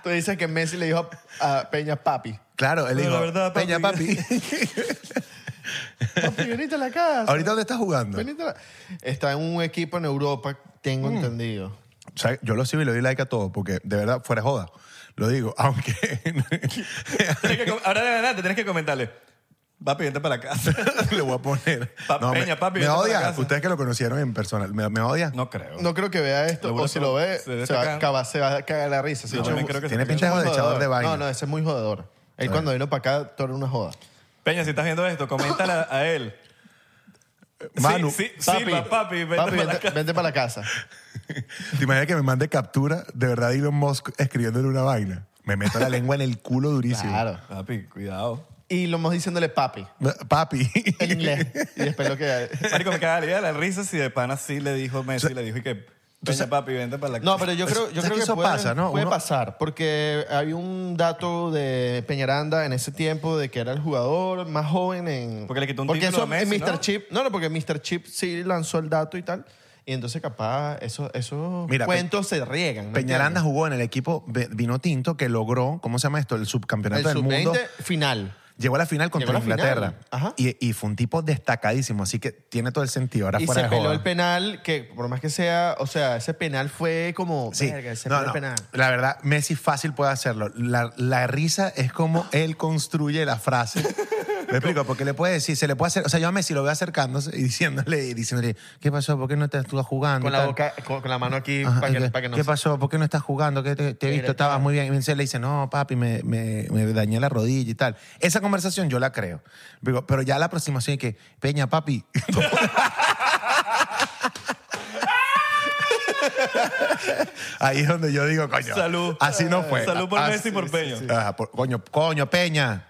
B: tú dices que Messi le dijo a, a Peña papi.
C: Claro, él
A: No,
C: dijo,
A: la verdad, papi,
C: Peña, papi,
B: Papi, venite a la casa.
C: ¿ahorita dónde estás jugando?
B: Venite a la- Está en un equipo en Europa, tengo
A: Mm.
B: entendido.
C: O sea, yo lo sigo y le doy like a todo, porque de verdad, fuera de joda. Lo digo, aunque...
A: Tienes que com- ahora de verdad te tienes que comentarle. Papi, vente para la casa.
C: le voy a poner.
A: Pa-
C: me-
A: Peña, papi,
C: Me
A: vete para la
C: odia.
A: casa.
C: Ustedes que lo conocieron en persona, ¿me, me odia?
A: No creo.
B: No creo que vea
A: Lo
B: esto,
A: bueno
B: o
A: es
B: si
A: que
B: lo ve,
A: se debe
B: se va, a
A: cagar.
B: acabar- se va a cagar la risa. Sí,
A: No,
B: yo-
A: también creo que
C: Tiene
A: se-
C: pinta
B: muy
C: de echador de
B: jodedor.
C: vaina.
B: No, no, ese es muy jodedor. Él cuando vino para acá, todo era una joda.
A: Peña, si estás viendo esto, coméntale a- a él.
C: Manu,
A: Sí, sí, Silva, papi, vente para la casa.
B: vente para la casa.
C: ¿te imaginas que me mande captura de verdad Elon Musk escribiéndole una vaina? Me meto la lengua en el culo durísimo.
B: Claro.
A: Papi, cuidado.
B: Y lo hemos diciéndole papi,
C: Papi.
B: en inglés. Y después lo que...
A: Marico, me caga la idea de la risa si de pana sí le dijo Messi, le dijo y que, Peña, papi, vente para la casa.
B: No, pero yo creo,
C: ¿Sabes
B: yo
C: que
B: creo que,
C: eso
B: puede,
C: pasa, no?
B: puede
C: Uno-
B: pasar, porque hay un dato de Peñaranda en ese tiempo de que era el jugador más joven en...
A: Porque le quitó un
B: porque
A: título
B: eso,
A: a Messi,
B: en Mr.
A: ¿no?
B: Chip, no, no, porque Mr. Chip sí lanzó el dato y tal, y entonces capaz eso- esos
C: Mira, Pe-
B: cuentos se riegan. ¿me
C: Peñaranda
B: entiendes?
C: jugó en el equipo ve- vino tinto que logró, ¿cómo se llama esto? El subcampeonato del
B: El
C: mundo.
B: sub-20 final.
C: Llegó a la final contra
B: Llegó a la
C: Inglaterra.
B: final. Ajá.
C: Y, y fue un tipo destacadísimo, así que tiene todo el sentido. Ahora
B: Y
C: fuera
B: se
C: de
B: peló
C: joda.
B: el penal, que por más que sea, o sea, ese penal fue como...
C: Sí.
B: "Verga, ese
C: No,
B: fue el
C: no.
B: penal".
C: La verdad, Messi fácil puede hacerlo. La, la risa es como él construye la frase. Me explico, porque le puede decir, se le puede hacer, o sea, yo a Messi lo veo acercándose y diciéndole, y diciéndole, ¿qué pasó? ¿Por qué no estás tú jugando?
B: Con
C: Y
B: la
C: tal.
B: boca, con, con la mano aquí,
C: Ajá,
B: para,
C: ¿qué,
B: que, para que no
C: ¿Qué
B: se-
C: pasó? ¿Por qué no estás jugando? ¿Qué te, te he
B: Mira,
C: visto? Estabas
B: claro.
C: muy bien. Y Vince le dice, no, papi, me, me- me dañé la rodilla y tal. Esa conversación yo la creo. Digo, pero ya la aproximación es que, Peña, papi, ahí es donde yo digo, coño,
A: Salud.
C: así no fue. Ah,
A: Salud por
C: Así-
A: Messi y por Peña.
C: Ajá, por- coño, coño, Peña.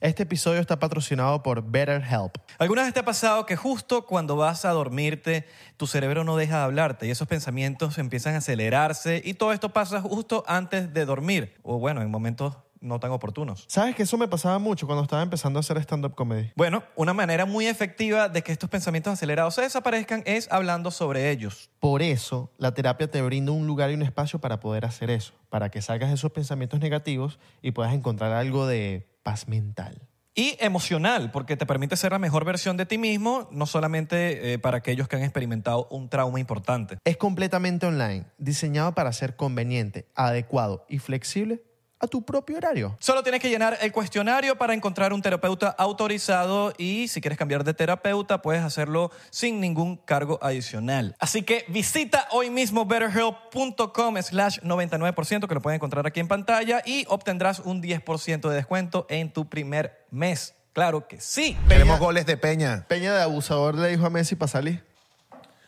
B: Este episodio está patrocinado por BetterHelp.
A: ¿Alguna vez te ha pasado que justo cuando vas a dormirte, tu cerebro no deja de hablarte y esos pensamientos empiezan a acelerarse y todo esto pasa justo antes de dormir? O bueno, en momentos no tan oportunos.
B: ¿Sabes que eso me pasaba mucho cuando estaba empezando a hacer stand-up comedy?
A: Bueno, una manera muy efectiva de que estos pensamientos acelerados se desaparezcan es hablando sobre ellos.
B: Por eso, la terapia te brinda un lugar y un espacio para poder hacer eso, para que salgas de esos pensamientos negativos y puedas encontrar algo de paz mental.
A: Y emocional, porque te permite ser la mejor versión de ti mismo, no solamente eh, para aquellos que han experimentado un trauma importante.
B: Es completamente online, diseñado para ser conveniente, adecuado y flexible a tu propio horario.
A: Solo tienes que llenar el cuestionario para encontrar un terapeuta autorizado y si quieres cambiar de terapeuta puedes hacerlo sin ningún cargo adicional. Así que visita hoy mismo betterhelp.com slash 99% que lo pueden encontrar aquí en pantalla y obtendrás un 10% de descuento en tu primer mes. Claro que sí.
C: Tenemos goles de Peña.
B: Peña de abusador le dijo a Messi para salir.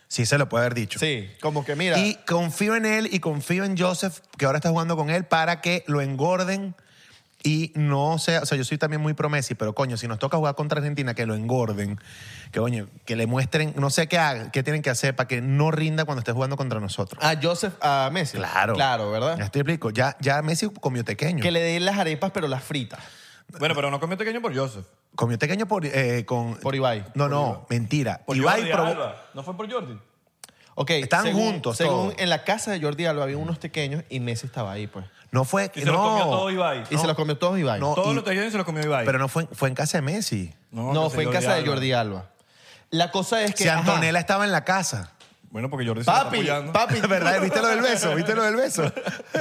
C: Sí, se lo puede haber dicho.
B: Sí, como que mira.
C: Y confío en él y confío en Joseph, que ahora está jugando con él, para que lo engorden y no sea. O sea, yo soy también muy pro Messi, pero coño, si nos toca jugar contra Argentina, que lo engorden, que coño, que le muestren, no sé qué, haga- qué tienen que hacer para que no rinda cuando esté jugando contra nosotros.
B: a Joseph, a Messi.
C: Claro.
B: Claro, ¿verdad?
C: Ya te explico. Ya, ya Messi comió pequeño.
B: Que le den las arepas, pero las fritas.
A: Bueno, pero no comió pequeño por Joseph.
C: Comió pequeño por, eh, con.
B: Por Ibai.
C: No,
B: Por
C: no,
B: Ibai.
C: mentira.
A: Por
C: Ibai
A: Jordi
C: probó-
A: Alba. No fue por Jordi.
B: Ok.
C: Estaban
B: según-
C: juntos
B: Según
C: todos.
B: en la casa de Jordi Alba había unos pequeños y Messi estaba ahí, pues.
C: No fue.
A: Y se
C: no.
A: lo comió todo Ibai.
B: Y se los comió todos Ibai.
C: No,
A: Todos
C: y-
A: los pequeños se los comió Ibai.
C: Pero no fue, fue en casa de Messi.
B: No, fue en casa de Jordi Alba. La cosa es que.
C: si
B: ajá,
C: Antonela estaba en la casa.
A: Bueno, porque Jordi se
B: Papi,
A: lo está apoyando.
B: papi.
C: ¿Verdad? ¿Viste lo del beso? ¿Viste lo del beso?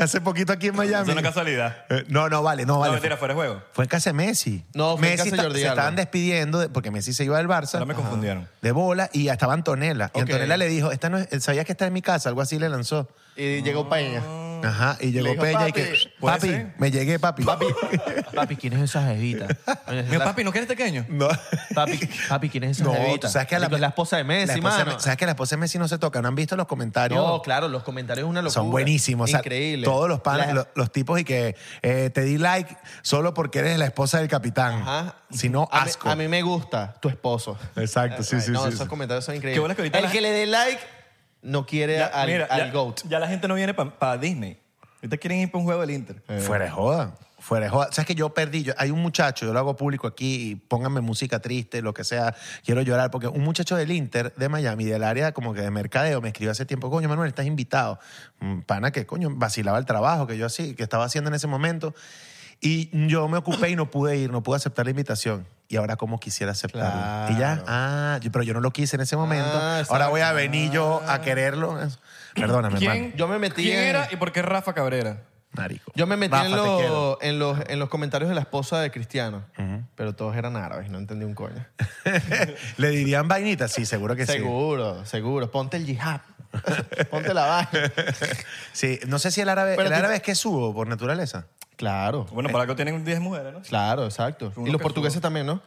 C: Hace poquito aquí en
A: Es
C: Miami.
A: una casualidad.
C: Eh, No, no, vale, no,
A: No,
C: vale.
A: mentira, fuera de juego.
C: Fue en casa de Messi.
B: No, fue en
C: Messi
B: casa de
C: esta-
B: Jordi
C: Se
B: Alba.
C: estaban despidiendo de- porque Messi se iba del Barça.
A: Ahora me confundieron.
C: De bola y ya estaba Antonella. Y
B: Ok.
C: Antonella le dijo, esta no es- sabía que está en mi casa, algo así le lanzó.
B: Y llegó Peña.
C: Ajá, y llegó
B: Le dijo,
C: Peña y
B: "Papi,
C: que,
A: ¿puede
C: papi,
A: ser?
C: me llegué, papi.
B: Papi, papi, ¿quién es esa jevita? Oye,
A: Mira,
B: la-
A: papi, ¿no quieres pequeño?
C: No.
B: papi, papi, ¿quién es esa
C: No,
B: jevita?
C: tú sabes que a la-
B: Marico, es esposa de Messi,
C: La esposa de
B: mano.
C: Me- ¿Sabes que la esposa de Messi no se toca? ¿No han visto los comentarios?
B: No, claro, los comentarios es una locura.
C: Son buenísimos. o sea,
B: Increíble.
C: Todos los panes,
B: Las-
C: lo- los, tipos y que eh, te di like solo porque eres la esposa del capitán.
B: Ajá.
C: Si no,
B: Ah, A mí-
C: asco.
B: A mí, me gusta tu esposo.
C: Exacto, sí,
B: Ay,
C: sí,
B: no,
C: sí,
B: esos
C: sí.
B: comentarios son increíbles.
A: Qué bueno que ahorita
B: El
A: la-
B: que le dé like no quiere
A: Ya,
B: al,
A: mira,
B: al
A: ya-
B: GOAT.
A: Ya la gente no viene para Disney. Ahorita quieren ir para un juego del Inter.
C: Fuera de joda. Eh, Fuera de joda. ¿Sabes que yo perdí? Yo- hay un muchacho, yo lo hago público aquí, y pónganme música triste, lo que sea, quiero llorar, porque un muchacho del Inter de Miami, del área como que de mercadeo, me escribió hace tiempo, coño, Manuel, estás invitado. Mm, Pana, que coño, vacilaba el trabajo que yo así, que estaba haciendo en ese momento. Y yo me ocupé y no pude ir, no pude aceptar la invitación. Y ahora, como quisiera aceptarla? Y ya,
B: Claro.
C: ah, yo- pero yo no lo quise en ese momento.
B: Ah,
C: ahora
B: exacto.
C: voy a venir yo a quererlo. Perdóname, hermano.
A: ¿Quién,
B: Yo me metí
A: ¿Quién
B: en-
A: era y por qué Rafa Cabrera?
C: Marico.
B: Yo me metí
C: Rafa,
B: en,
C: te
B: los-
C: quiero.
B: en, los, en los comentarios de la esposa de Cristiano, pero todos eran árabes, no entendí un coño.
C: ¿Le dirían vainita? Sí, seguro que
B: seguro, seguro. Ponte el jihad. Ponte la vaina.
C: sí. Sí, no sé si el árabe,
B: Pero
C: el
B: ti-
C: árabe es que subo por naturaleza.
B: Claro,
A: Bueno, para que tienen 10 mujeres, ¿no?
B: claro, exacto.
A: Uno
B: Y los
A: que
B: portugueses
A: suba.
B: también, ¿no?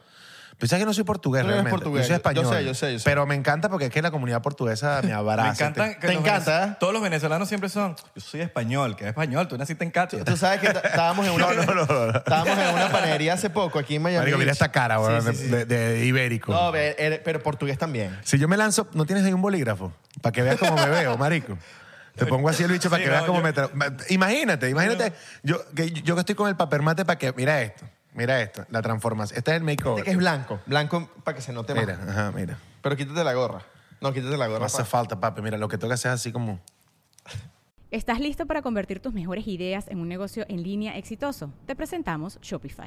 C: Pero sabes que no soy portugués
B: Tú no eres
C: realmente. Yo
B: portugués.
C: soy
B: Yo- yo
C: español.
B: sé, yo sé, yo sé.
C: Pero me encanta porque es que la comunidad portuguesa me abraza.
A: Me encanta
C: Te-
A: que
B: te
A: los
B: encanta,
A: venez-
B: ¿eh?
A: Todos los venezolanos siempre son. Yo soy español, que es español, tú naciste en Cacho.
B: Tú sabes que ta- estábamos en una,
C: No, no, no, no.
B: estábamos en una panadería hace poco aquí en Miami.
C: Marico, mira
B: Beach.
C: esta cara,
B: Sí,
C: weón,
B: sí, sí.
C: De, de ibérico.
B: No, pero, er- pero portugués también.
C: si yo me lanzo, ¿no tienes ahí un bolígrafo? Para que veas cómo me veo, marico. Te pongo así el bicho para
A: Sí,
C: que
A: no,
C: veas cómo
A: yo-
C: me... tra- Ma- Imagínate, imagínate. Yo que, yo que estoy con el papel mate para que... Mira esto, mira esto, la transformación. Este es el
B: Este
C: makeover.
B: que es blanco, blanco para que se note
C: Mira,
B: más.
C: ajá, mira.
B: Pero quítate la gorra. No, quítate la
C: No
B: gorra.
C: hace
B: pa-
C: falta, papi. Mira, lo que toca hacer es así como...
D: ¿Estás listo para convertir tus mejores ideas en un negocio en línea exitoso? Te presentamos Shopify.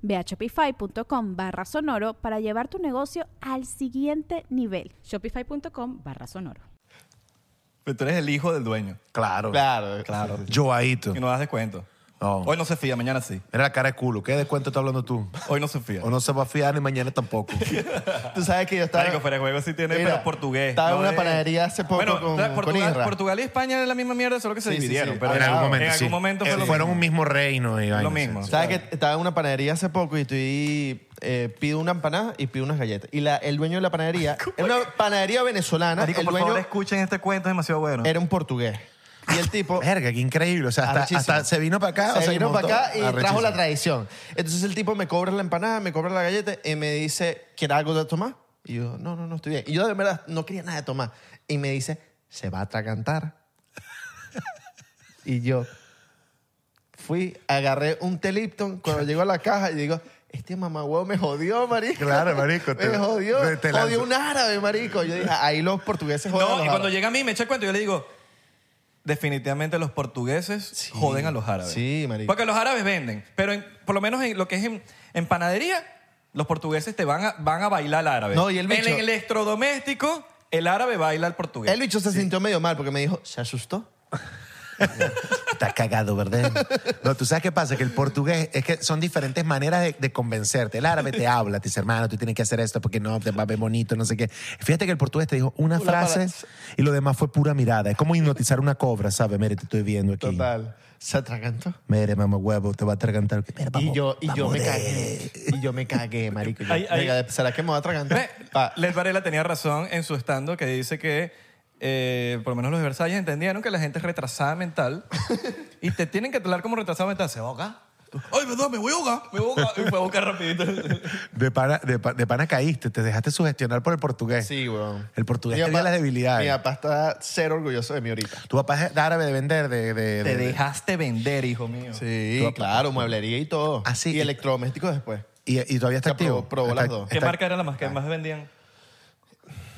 E: Ve a shopify.com barra sonoro para llevar tu negocio al siguiente nivel.
D: Shopify.com barra sonoro.
A: Pero tú eres el hijo del dueño.
C: Claro.
B: Claro,
A: Claro.
C: Joaito.
A: Y no das descuento.
C: No.
A: Hoy no se fía, mañana sí.
C: Mira la cara de culo. ¿Qué descuento estás hablando tú?
A: Hoy no se fía.
C: O no se va a fiar ni mañana tampoco.
B: Tú sabes que yo estaba.
A: Marico, fuera de juego sí tiene
B: Mira,
A: pero portugués.
B: Estaba en
A: no
B: una
A: de-
B: panadería hace poco
A: Bueno,
B: con,
A: tra-
B: con
A: Portugal,
B: Isra.
A: Portugal y España es la misma mierda, solo que se
B: Sí, sí,
A: dividieron.
B: sí.
A: Pero
C: en algún momento.
A: En algún
C: sí.
A: momento
C: Eh,
A: fue lo
C: fueron
A: mismo.
C: un mismo reino. Y vaina,
A: mismo.
C: sí, sí.
B: ¿Sabes que estaba en una panadería hace poco y estoy, eh, pido una empanada y pido unas galletas. Y la, el dueño de la panadería, era una panadería venezolana,
A: Marico,
B: el
A: por
B: dueño
A: favor, escuchen este cuento, es demasiado bueno.
B: era un portugués. Y el tipo...
C: Verga, qué increíble. O sea, hasta,
B: Arrechísimo.
C: hasta se vino para acá. o
B: Se
C: sea,
B: Ah, vino
C: montó.
B: para acá y trajo
C: Arrechísimo.
B: la tradición. Entonces el tipo me cobra la empanada, me cobra la galleta y me dice, ¿quieres algo de tomar? Y yo, no, no, no, estoy bien. Y yo de verdad no quería nada de tomar. Y me dice, se va a atragantar. y yo fui, agarré un telipton. Cuando llegó a la caja y digo, este mamagüeo me jodió, marico.
C: Claro, marico, te-
B: me jodió.
C: te- te
B: jodió
C: lanzó.
B: un árabe, marico. Yo dije, ahí los portugueses joden a
A: No,
B: los
A: y cuando
B: árabes".
A: llega a mí me echa el cuento, yo le digo, definitivamente los portugueses joden a los árabes.
B: sí, marico.
A: Porque los árabes venden, pero en- por lo menos en lo que es en, en panadería, los portugueses te van a, van a bailar al árabe.
B: No, y el
A: En
B: bicho-
A: el electrodoméstico, el árabe baila al portugués.
B: El bicho se sintió medio mal porque me dijo, ¿se asustó?
C: Estás cagado, ¿verdad? No, tú sabes qué pasa, que el portugués es que son diferentes maneras de, de convencerte. El árabe te habla, te dice, hermano, tú tienes que hacer esto porque no, te va a ver bonito, no sé qué. Fíjate que el portugués te dijo una
B: Una
C: frase y lo demás fue pura mirada. Es como hipnotizar una cobra, ¿sabes? Mire, te estoy viendo aquí.
B: Total. Se atragantó.
C: Mire, mamá huevo, te va a atragantar. Mira,
B: Y
C: vamos,
B: yo, y yo
C: vamos
B: me
C: de-
B: cagué. Y yo me cagué, marico. Yo,
A: Ahí- ahí-
B: verga, ¿Será que me voy a atragantar?
A: Ve,
B: Ah,
A: Led Varela tenía razón en su estando que dice que eh, por lo menos los de Versalles entendieron que la gente es retrasada mental y te tienen que hablar como retrasado mental. Se va a ahogar. Ay, perdón, me voy a ahogar. Me voy a ahogar. Y fue a ahogar rapidito.
C: De pana, de, pa- de pana caíste, te dejaste sugestionar por el portugués.
B: sí, weón.
C: El portugués
B: Mi
C: tenía
B: papá-
C: las debilidades.
B: Mi papá está cero orgulloso de mí ahorita.
C: Tu papá es de árabe de vender, de... de-
A: te
C: de-
A: dejaste vender, hijo mío.
B: Sí,
C: Tu papá-
B: claro, mueblería y todo.
C: Ah, sí.
B: Y electrodomésticos después.
C: Y, y todavía está
B: Ya probó-
C: activo.
B: probó
C: Está-
B: las dos.
A: ¿Qué
C: está-
A: marca era la más que más vendían?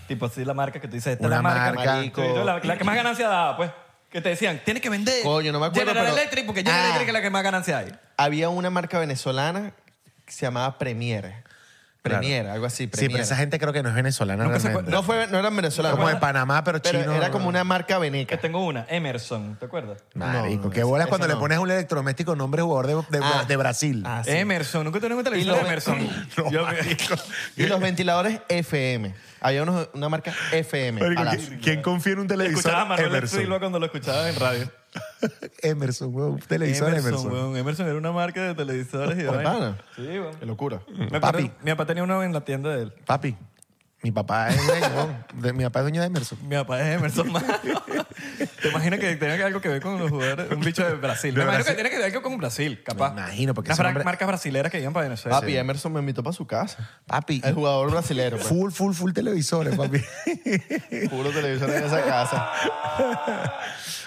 A: Tipo así la marca que tú dices, esta es
C: Una
A: la marca.
C: marca.
A: marico. Sí, La, la que más ganancia daba, pues. Que te decían, tienes que vender.
B: Coño, no me acuerdo,
A: General
B: pero-
A: Electric, porque General
B: Ah.
A: Electric es la que más ganancia hay.
B: Había una marca venezolana que se llamaba Premiere.
C: Claro.
B: Premiere, algo así.
C: Sí, pero
B: Premiere.
C: esa gente creo que no es venezolana
A: Nunca se
C: realmente.
A: fue-
B: No, fue, no eran venezolanos.
C: Como de Panamá, pero chino.
B: Era como una marca
A: Que
B: veneca.
A: tengo una, Emerson, ¿te acuerdas?
C: Marico,
B: No, no,
C: qué
B: esa-
C: bolas
B: esa
C: cuando le
B: no.
C: pones un electrodoméstico nombre de jugador de, de-
B: Ah.
C: de Brasil.
B: Ah, sí.
A: Emerson, nunca tenemos un televisor
B: Y
A: de
B: lo-
A: Emerson.
C: No,
A: Yo-
C: marico.
B: Y los ventiladores FM. Había unos- una marca FM.
C: Marico,
B: Palacio.
C: ¿quién- ¿Quién confía en un televisor?
A: escuchaba a Manuel Silva
C: Emerson.
A: cuando lo escuchaba en radio.
C: Emerson, weón. Un televisor Emerson.
A: weón. Emerson era una marca de televisores y de
B: ¿De
A: vaina.
B: pana?
A: Sí, weón.
B: Qué locura.
A: Me acuerdo-
C: Papi.
A: mi papá tenía uno en la tienda de él.
C: Papi, mi papá es dueño, weón. De- Mi papá es dueño de Emerson.
A: Mi papá es Emerson mano. ¿Te imaginas que tenga algo que ver con los jugadores? Un bicho de Brasil.
C: De
A: Me imagino
C: Brasil.
A: que tiene que ver algo con Brasil, capaz.
C: Me imagino, porque
A: Unas
C: ese
A: fra-
C: hombre-
A: marcas brasileras que iban para Venezuela.
B: Papi, Emerson me invitó para su casa.
C: Papi,
B: El jugador brasilero. pues.
C: full, full, full televisores, papi.
B: Puro televisor en esa casa.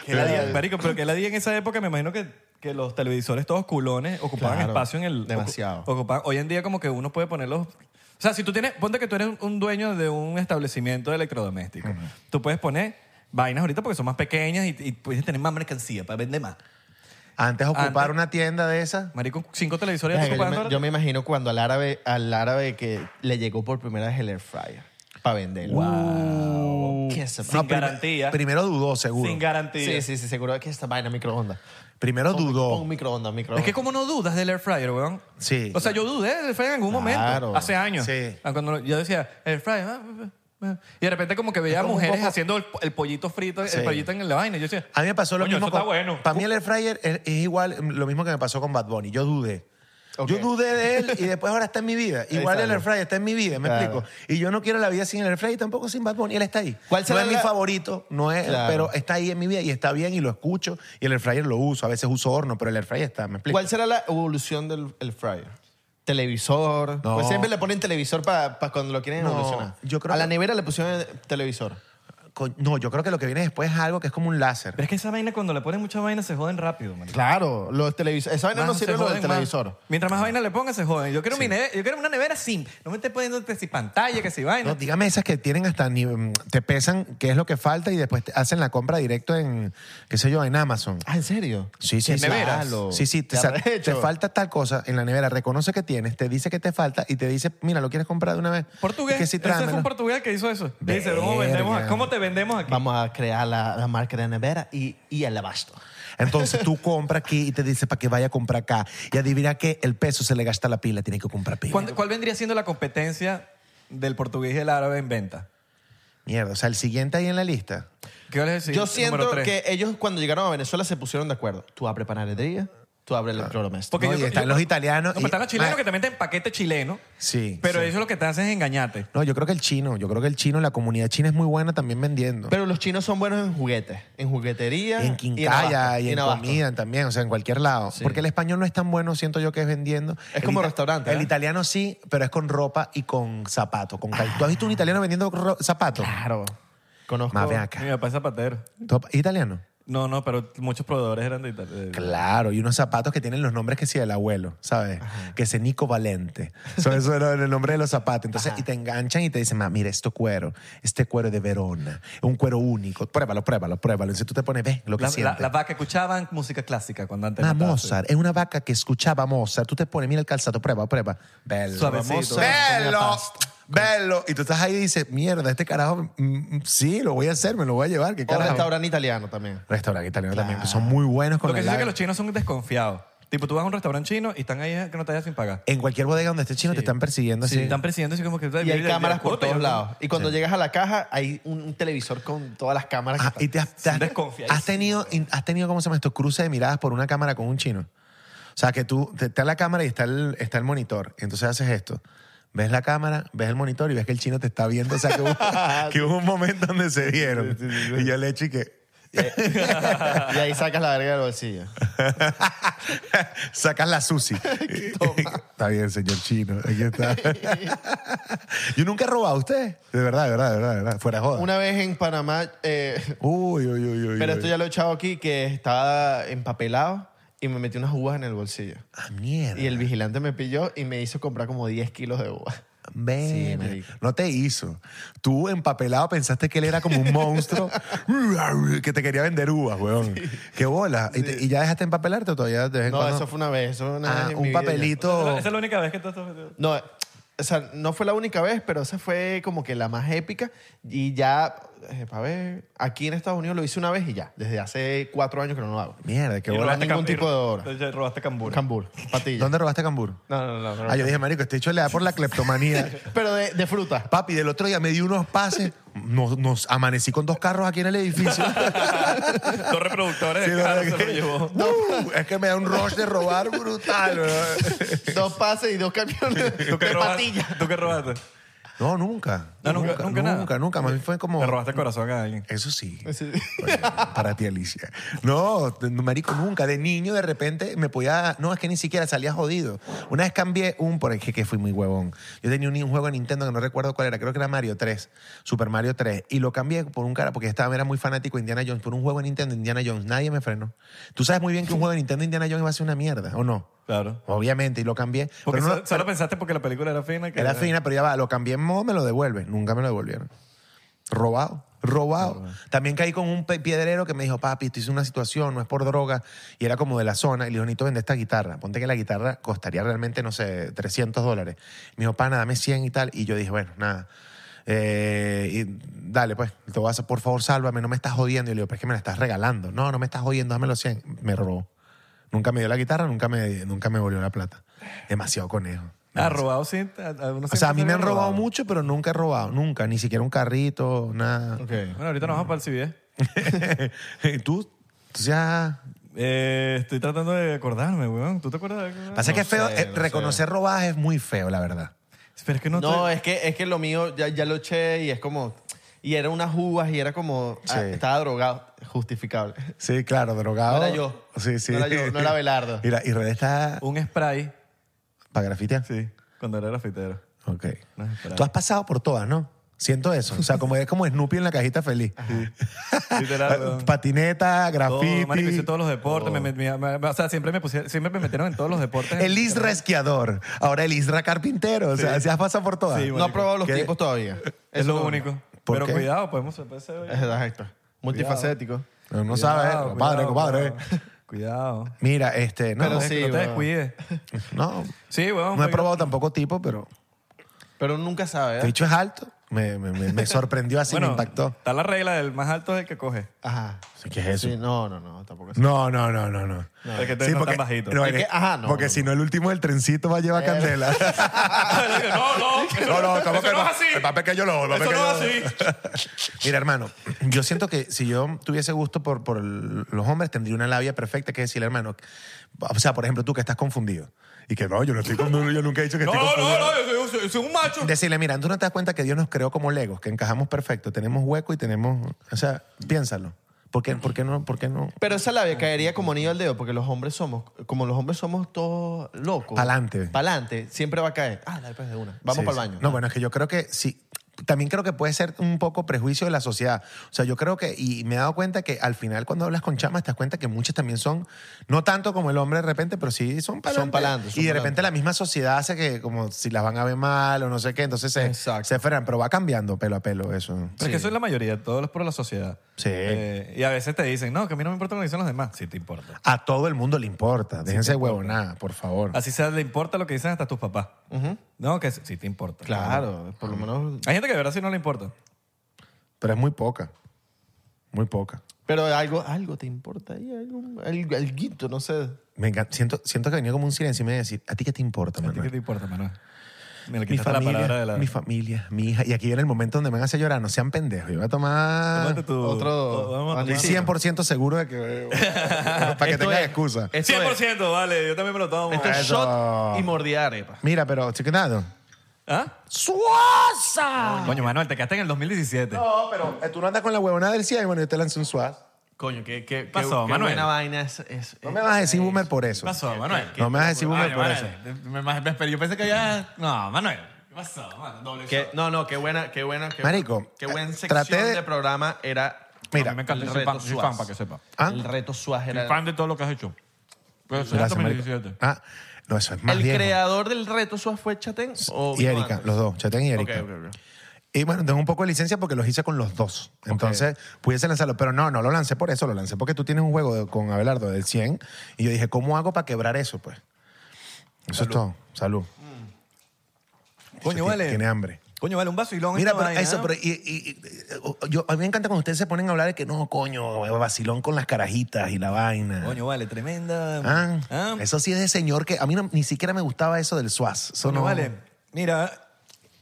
A: Que la di- marico, pero que la di en esa época, me imagino que, que los televisores todos culones ocupaban
B: Claro,
A: espacio en el...
B: demasiado.
A: ocu- ocupaban- hoy en día como que uno puede ponerlos... O sea, si tú tienes... Ponte que tú eres un- un dueño de un establecimiento de electrodomésticos. Tú puedes poner vainas ahorita porque son más pequeñas y, y puedes tener más mercancía para vender más.
C: Antes ocupar
A: Antes-
C: una tienda de esas.
A: Marico, cinco televisores ya
B: Verga,
A: te
B: Yo
A: ocupaban
B: me,
A: ahora.
B: yo me imagino cuando al árabe, al árabe que le llegó por primera vez el air fryer para venderlo.
A: Wow.
B: ¿Qué es esa
A: Sin
B: vaina?
C: prim-
A: garantía.
C: Primero dudó, seguro.
A: Sin garantía.
B: Sí, sí, sí, seguro que esta vaina microondas.
C: Primero
B: Pon-
C: dudó.
B: Pon microondas,
A: Es
B: microondas.
A: que como no dudas del air fryer, weón.
C: Sí.
A: O sea, yo dudé del air fryer en algún
B: Claro.
A: momento. Hace años.
C: Sí.
A: Ah, Cuando yo decía, air fryer. ah, ah, ah. Y de repente como que veía
B: como un
A: mujeres
B: poco-
A: haciendo el, el pollito frito,
C: Sí.
A: el pollito en la vaina. Y yo decía,
C: A mí me pasó lo
A: "Coño,
C: mismo.
A: Eso está
C: con-
A: bueno.
C: Para mí el air fryer es, es igual mm, lo mismo que me pasó con Bad Bunny. Yo dudé.
B: Ok.
C: Yo dudé de él y después ahora está en mi vida. Igual el
B: sale.
C: air fryer está en mi vida, me
B: Claro.
C: explico. Y yo no quiero la vida sin el air fryer y tampoco sin Bad Bunny. Él está ahí.
B: ¿Cuál será
C: no es
B: la-
C: mi favorito, no es,
B: Claro.
C: pero está ahí en mi vida y está bien y lo escucho y el air fryer lo uso. A veces uso horno, pero el air fryer está, me explico.
B: ¿Cuál será la evolución del el fryer? televisor.
C: No.
B: Pues siempre le ponen televisor para cuando lo quieren
C: No,
B: evolucionar.
C: yo creo
B: a la
C: que-
B: nevera le pusieron televisor.
C: Co- No, yo creo que lo que viene después es algo que es como un láser.
A: Pero es que esa vaina, cuando le ponen mucha vaina, se joden rápido, marico.
B: Claro, los televisores. Esa vaina
A: Más
B: no sirve
A: se
B: lo del
A: joden, más.
B: televisor.
A: Mientras más vaina le pongan, se joden. Yo quiero, mi neve- yo quiero una nevera simple. No me estés poniendo que si pantalla, que si vaina.
C: No, dígame esas que tienen hasta ni- mm, te pesan qué es lo que falta y después te hacen la compra directo en qué sé yo en Amazon.
B: Ah, ¿en serio?
C: Sí, sí,
B: ¿En
C: sí.
B: neveras?
C: Claro. Sí, sí.
B: Qué
C: o sea, te
B: arrecho.
C: falta tal cosa en la nevera, reconoce que tienes, te dice que te falta y te dice, mira, lo quieres comprar de una vez.
A: portugués.
C: Y Que sí,
A: Ese fue
C: tráemelo.
A: un portugués que hizo eso. Dice,
C: Verga.
A: ¿cómo, vendemos a- ¿cómo te vendemos aquí?
B: Vamos a crear la, la marca de nevera y, y el abasto.
C: Entonces tú compras aquí y te dice para que vaya a comprar acá. Y adivina que el peso se le gasta la pila, tiene que comprar pila.
A: ¿Cuál, cuál vendría siendo la competencia del portugués y el árabe en venta?
C: Mierda, o sea, el siguiente ahí en la lista.
A: ¿Qué les decir?
B: Yo siento que ellos cuando llegaron a Venezuela se pusieron de acuerdo. Tú abres panadería, tú
C: Ah.
B: abres electrodoméstico.
A: Porque
C: No, y están los italianos
A: No,
C: y-
A: pero están los chilenos
C: Ma-
A: que te meten paquete chileno.
C: Sí,
A: Pero
C: sí.
A: eso lo que te hacen es engañarte.
C: No, yo creo que el chino, yo creo que el chino, la comunidad china es muy buena también vendiendo.
B: Pero los chinos son buenos en juguetes, en juguetería,
C: en
B: abasto,
C: quincalla y en,
B: abasto.
C: comida también, o sea, en cualquier lado.
B: Sí.
C: Porque el español no es tan bueno, siento yo que es vendiendo.
B: Es
C: El
B: como
C: ita-
B: restaurante,
C: El
B: ¿eh?
C: italiano sí, pero es con ropa y con zapato. Con cal- ¿Tú has visto un italiano vendiendo ro- zapatos?
B: Ah. Claro. Conozco.
C: Más ven
A: Mi
C: acá.
A: papá es zapatero.
C: ¿Tú- ¿Es italiano?
A: No, no, pero muchos proveedores eran de Italia.
C: Claro, y unos zapatos que tienen los nombres que sí del abuelo, ¿sabes? Que es Nico Valente. So, eso era el nombre de los zapatos. Entonces, y te enganchan y te dicen, "Ma, mira, esto cuero, este cuero es de Verona, es un cuero único. Pruébalo, pruébalo, pruébalo. Entonces tú te pones, ve lo que
A: La- la-
C: sientes.
A: Las vacas escuchaban música clásica cuando antes.
C: Ma,
A: mataban,
C: Mozart, es una vaca que escuchaba Mozart. Tú te pones, mira el calzado, prueba, prueba. Bello.
A: Suavecito.
B: Mozart, comía
C: Bello.
B: pasta.
C: Bello. Y tú estás ahí y dices, mierda, este carajo, mm, mm, sí, lo voy a hacer, me lo voy a llevar. ¿Qué
B: O
C: carajo?
B: restaurante italiano también.
C: Restaurante italiano también, pues, son muy buenos con
A: Lo que
C: el
A: sí es que
C: lago.
A: los chinos son desconfiados. Tipo, tú vas a un restaurante chino y están ahí que no te hayan sin pagar.
C: En cualquier bodega donde esté chino te están persiguiendo
A: Sí.
C: así.
A: Están presidiendo así como que...
B: Y hay cámaras por todos lados.
A: Y
B: Y cuando llegas a la caja, hay un, un televisor con todas las cámaras. que
C: Ah,
B: están.
C: y te has, te has-
A: Desconfiadísimo.
C: has tenido, has tenido, ¿cómo se llama esto? Cruce de miradas por una cámara con un chino. O sea, que tú, te- está la cámara y está el, está el monitor. Entonces haces esto. Ves la cámara, ves el monitor y ves que el chino te está viendo. O sea, que hubo, que hubo un momento donde se vieron. Y yo le eché que...
B: Y ahí sacas la verga del bolsillo.
C: Sacas la sushi. está bien, señor chino. Aquí está. yo nunca he robado a usted. De verdad, de verdad, de verdad. de verdad. Fuera de joda.
B: Una vez en Panamá, eh,
C: Uy, uy, uy, uy.
B: pero
C: uy.
B: esto ya lo he echado aquí, que estaba empapelado y me metí unas uvas en el bolsillo.
C: Ah, mierda.
B: Y el vigilante me pilló y me hizo comprar como 10 kilos de uvas.
C: Ven, eh,
B: marico.
C: no te hizo. Tú empapelado pensaste que él era como un monstruo que te quería vender uvas, weón. Qué bola. ¿Y, te- y ya dejaste empapelarte o todavía de vez en
B: No,
C: cuando?
B: eso fue una vez. Eso fue una
C: Ah,
B: vez en mi
C: un
B: vida.
C: papelito.
A: Esa es la única vez que tú estás... metido.
B: No, o sea, no fue la única vez, pero esa fue como que la más épica. Y ya, para ver, aquí en Estados Unidos lo hice una vez y ya. Desde hace cuatro años que no lo hago.
C: Mierda, qué
A: Y
C: bola.
A: robaste
B: ningún
A: cam-
B: tipo de obra.
A: Entonces, Robaste cambur.
B: Cambur, patilla.
C: ¿Dónde robaste cambur?
B: No, no, no. no, no.
C: Ah, yo dije, marico, este hecho le da por la cleptomanía.
B: Pero de, de fruta.
C: Papi, del otro día me di unos pases. Nos, nos amanecí con dos carros aquí en el edificio.
A: Dos reproductores
C: Sí,
A: de
C: no,
A: carro
C: es
A: se
C: que-
A: lo llevó.
C: Uh, es que me da un rush de robar brutal. weón.
B: Dos pases y dos camiones de
A: ¿Tú qué robaste?
B: patilla.
A: ¿Tú qué robaste?
C: No, nunca.
A: No, nunca- nunca nada.
C: Nunca, nunca. Más bien fue como...
A: Le robaste el corazón a alguien.
C: Eso sí.
B: Sí.
C: Oye, para ti, Alicia. No, t- marico, nunca. De niño, de repente, me podía... No, es que ni siquiera salía jodido. Una vez cambié un... Por que, que fui muy huevón. Yo tenía un, un juego en Nintendo que no recuerdo cuál era. Creo que era Mario 3. Super Mario 3. Y lo cambié por un cara... Porque estaba, era muy fanático de Indiana Jones. Por un juego de Nintendo, Indiana Jones. Nadie me frenó. Tú sabes muy bien que un juego de Nintendo, Indiana Jones, iba a ser una mierda, ¿o no?
A: Claro.
C: Obviamente. Y lo cambié.
A: Porque
C: Pero
A: so-
C: no-
A: solo pensaste porque la película era fina. que-
C: era fina, pero ya va, lo cambié en modo, me lo devuelve. Nunca me lo devolvieron. Robado, robado. También caí con un pe- piedrero que me dijo, papi, estoy en una situación, no es por droga. Y era como de la zona. Y le dijo, Nito, vende esta guitarra. Ponte que la guitarra costaría realmente, no sé, 300 dólares. Me dijo, pana, dame 100 y tal. Y yo dije, bueno, nada. Eh, y dale, pues, te voy a hacer, por favor, sálvame, no me estás jodiendo. Y le digo, pero es que me la estás regalando. No, no me estás jodiendo, dame los 100. Me robó. Nunca me dio la guitarra, nunca me, nunca me volvió la plata. Demasiado conejo.
A: Ah,
C: Demasiado.
A: robado sí. a- a uno
C: O sea, a mí
A: siempre
C: me han
A: se
C: robado mucho, pero nunca he robado, nunca, ni siquiera un carrito, nada.
A: Bueno, ahorita nos vamos para el CBS.
C: ¿Y tú? Tú ya...
A: Eh, estoy tratando de acordarme, weón. ¿Tú te acuerdas de algo?
C: Pasa que es feo,
B: sé,
C: eh,
B: no sé.
C: reconocer robadas es muy feo, la verdad.
A: Pero es que no,
B: No,
A: te-
B: es que, es que lo mío ya, ya lo eché y es como... Y era unas uvas y era como... ah,
C: Sí.
B: estaba drogado. Justificable.
C: Sí, claro, drogado.
B: No era yo.
C: Sí, sí.
B: No era yo, no era Belardo.
C: Mira, y Red está...
A: un spray
C: ¿Para grafitear?
A: Sí, cuando era grafitero.
C: Ok.
A: No, espera.
C: Tú has pasado por todas, ¿no? Siento eso. O sea, como es como Snoopy en la cajita feliz. Ah,
A: Literal, weón.
C: Patineta,
A: Todo, marico,
C: graffiti. Oh.
A: hice todos los deportes. me- me- me- me- o sea, siempre me, pusieron, siempre me metieron en todos los deportes.
C: El Isra esquiador. Ahora el Isra carpintero. O sea,
A: Sí.
C: se has pasado por todas.
A: Sí,
B: No ha probado los
C: ¿Qué?
B: tipos todavía.
A: Es lo único.
C: ¿Por
A: Pero
C: qué?
A: cuidado, podemos... puede ser-
B: Exacto. Multifacético.
C: No, no
A: Cuidado,
C: sabes,
A: cuidado,
C: compadre, compadre.
A: cuidado. Cuidado.
C: Mira, este, no,
B: Pero
A: No,
B: sí,
A: que no te
B: weón.
A: descuides.
C: no,
A: Sí, weón. pues
C: no he
A: porque-
C: probado tampoco tipo, pero
B: Pero nunca sabe,
C: el
B: ¿eh?
C: bicho es alto. Me, me- me- me sorprendió así,
A: Bueno,
C: me impactó.
A: Está la regla del más alto es el que coge.
B: Ajá.
C: Sí, ¿Qué es eso?
B: Sí, no, no, no, tampoco es.
C: No, no, no, no, no.
A: el que te
C: Sí,
A: no
C: porque-
A: tan bajito.
C: no,
B: Es que-
C: eres-
B: ajá, no,
C: Porque
B: no,
C: si no, el último del trencito va a llevar candela.
A: no, no.
C: No, no, ¿cómo que
A: Eh, Eso
C: no?
A: no es así.
C: El más pequeño lo. lo
A: Eso
C: pequeño
A: no
C: lo-
A: es
C: Mira, hermano, yo siento que si yo tuviese gusto por, por el- los hombres, tendría una labia perfecta que decirle, hermano. O sea, por ejemplo, tú que estás confundido. Y que no, yo no estoy confundido, yo nunca he dicho que
A: No,
C: estoy
A: no,
C: confundido.
A: no, no, yo soy, yo soy un macho.
C: Decirle, mira, tú no te das cuenta que Dios nos creó como legos, que encajamos perfecto, tenemos hueco y tenemos. O sea, piénsalo. ¿Por qué, por qué no? ¿Por qué no?
B: Pero esa labia caería como anillo al dedo, porque los hombres somos, como los hombres somos todos locos.
C: Pa'lante.
B: Pa'lante, siempre va a caer. Ah, la de una. Vamos
C: Sí,
B: para
C: sí.
B: el baño.
C: No, bueno, es que yo creo que sí. También creo que puede ser un poco prejuicio de la sociedad. O sea, yo creo que, y me he dado cuenta que al final cuando hablas con chamas te das cuenta que muchas también son, no tanto como el hombre de repente, pero sí son para
B: Son pa'lante, son
C: Y de
B: pa'lante.
C: repente la misma sociedad hace que como si las van a ver mal o no sé qué, entonces se,
B: Exacto.
C: se frenan, pero va cambiando pelo a pelo eso.
A: Pero es que eso es la mayoría, todos es por la sociedad.
C: Sí.
A: Eh, y a veces te dicen, no, que a mí no me importa lo que dicen los demás. Sí, te importa.
C: A todo el mundo le importa. Déjense huevonada, por favor.
A: Así sea, le importa lo que dicen hasta tus papás. No, que sí te importa.
B: Claro, por lo menos.
A: Hay gente que de verdad sí no le importa.
C: Pero es muy poca. Muy poca.
B: Pero algo, algo te importa ahí, algo, algo, alguito, no sé.
C: Me encanta. Siento, siento que venía como un silencio y me iba a decir, ¿a ti qué te importa,
A: ¿A ti
C: Manuel?
A: qué te importa, Manuel? Me le
C: mi
A: quitaste la palabra de
C: familia,
A: la...
C: mi familia, mi hija. Y aquí viene el momento donde me van a hacer llorar. No sean pendejos. Yo voy a tomar...
A: Tómate tu-
B: Otro-
A: Vamos a
B: Anillo.
A: tomar-
B: Sí,
C: 100% seguro de que... para que
B: Esto
C: tengas
B: es-
C: excusa.
B: Esto es-
A: 100%, vale, yo también me lo tomo.
B: Esto es
C: Eso.
B: shot y mordida arepa.
C: Mira, pero... ¿sí que nada?
A: ¿Ah?
C: ¡Suaza!
A: Coño, Manuel, te quedaste en el 2017.
C: No, pero eh, tú no andas con la huevonada del CIA y bueno, yo te lanzo un suaz.
B: Coño, qué, qué, qué,
A: Pasó,
B: qué
A: Manuel.
B: buena vaina es. es-
C: No me vas a decir boomer por eso.
A: ¿Qué pasó, Manuel? Ah,
C: No me vas a decir boomer
A: Ay,
C: por eso.
A: Manuel, me- me- me esperé, Yo pensé que ya... No, Manuel. ¿Qué pasó, Manuel? Doble
B: qué-
A: shot.
B: no, no, qué buena, qué buena. Qué,
C: Marico,
B: qué buena
C: eh,
B: sección
C: traté de-
B: de programa era.
C: Mira,
A: A mí me encanta.
B: el
A: Soy
B: reto
A: fan, soy
B: Suaz.
A: fan, para que sepa.
C: ¿Ah?
B: El reto Suárez
A: Soy
B: era.
A: fan de todo lo que has hecho. Pero soy
C: Gracias, marico.
A: 2017.
C: Ah, no, eso es más
B: ¿El
C: viejo.
B: creador del reto Suárez fue Chatén o
C: y
B: vino
C: Erika,
B: antes?
C: los dos, Chatén y
B: Ok,
C: Erika.
B: ok, ok.
C: Y bueno, tengo un poco de licencia porque los hice con los dos. Entonces, pudiese lanzarlo. Pero no, no lo lancé por eso, lo lancé porque tú tienes un juego de- con Abelardo del 100. Y yo dije, ¿cómo hago para quebrar eso? Pues. Eso es todo. Salud.
A: Coño,
C: Tiene-
A: vale.
C: Tiene hambre.
A: Coño, vale, un vacilón.
C: Mira,
A: esta
C: pero
A: vaina,
C: eso,
A: ¿eh?
C: pero y- y- y- yo, a mí me encanta cuando ustedes se ponen a hablar de que no, coño, vacilón con las carajitas y la vaina.
A: Coño, vale, tremenda.
C: Ah,
A: Ah,
C: Eso sí es de señor que a mí no- ni siquiera me gustaba eso del Suaz. Eso
A: Coño,
C: no
A: vale. Mira,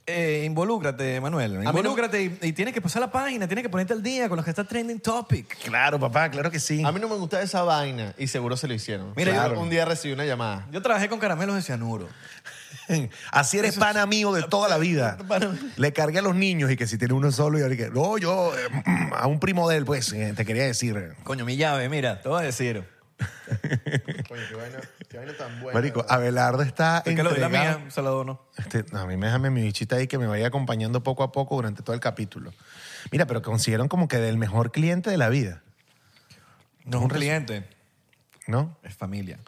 A: eh, involúcrate, Manuel.
B: no-
A: Involúcrate y, y tienes que pasar la página, tienes que ponerte al día con los que está trending topic.
C: Claro, papá, claro que sí.
B: A mí no me gustaba esa vaina y seguro se lo hicieron.
A: Mira,
B: Mira,
A: yo-
B: un día recibí una llamada.
A: Yo trabajé con caramelos de cianuro.
C: Así eres pana mío de toda la vida. Le cargué a los niños y que si tiene uno solo y ahora que, no, yo eh, a un primo de él, pues, eh, te quería decir.
A: Coño, mi llave, mira, te voy a decir.
B: Coño, qué vaina, qué vaina tan buena.
C: Marico, Abelardo está
A: Es que lo vi la
C: entregado.
A: mía, se la dono.
C: Este, no, a mí me déjame mi bichita ahí que me vaya acompañando poco a poco durante todo el capítulo. Mira, pero consiguieron como que del mejor cliente de la vida,
A: No es un cliente,
C: ¿no?
A: es familia.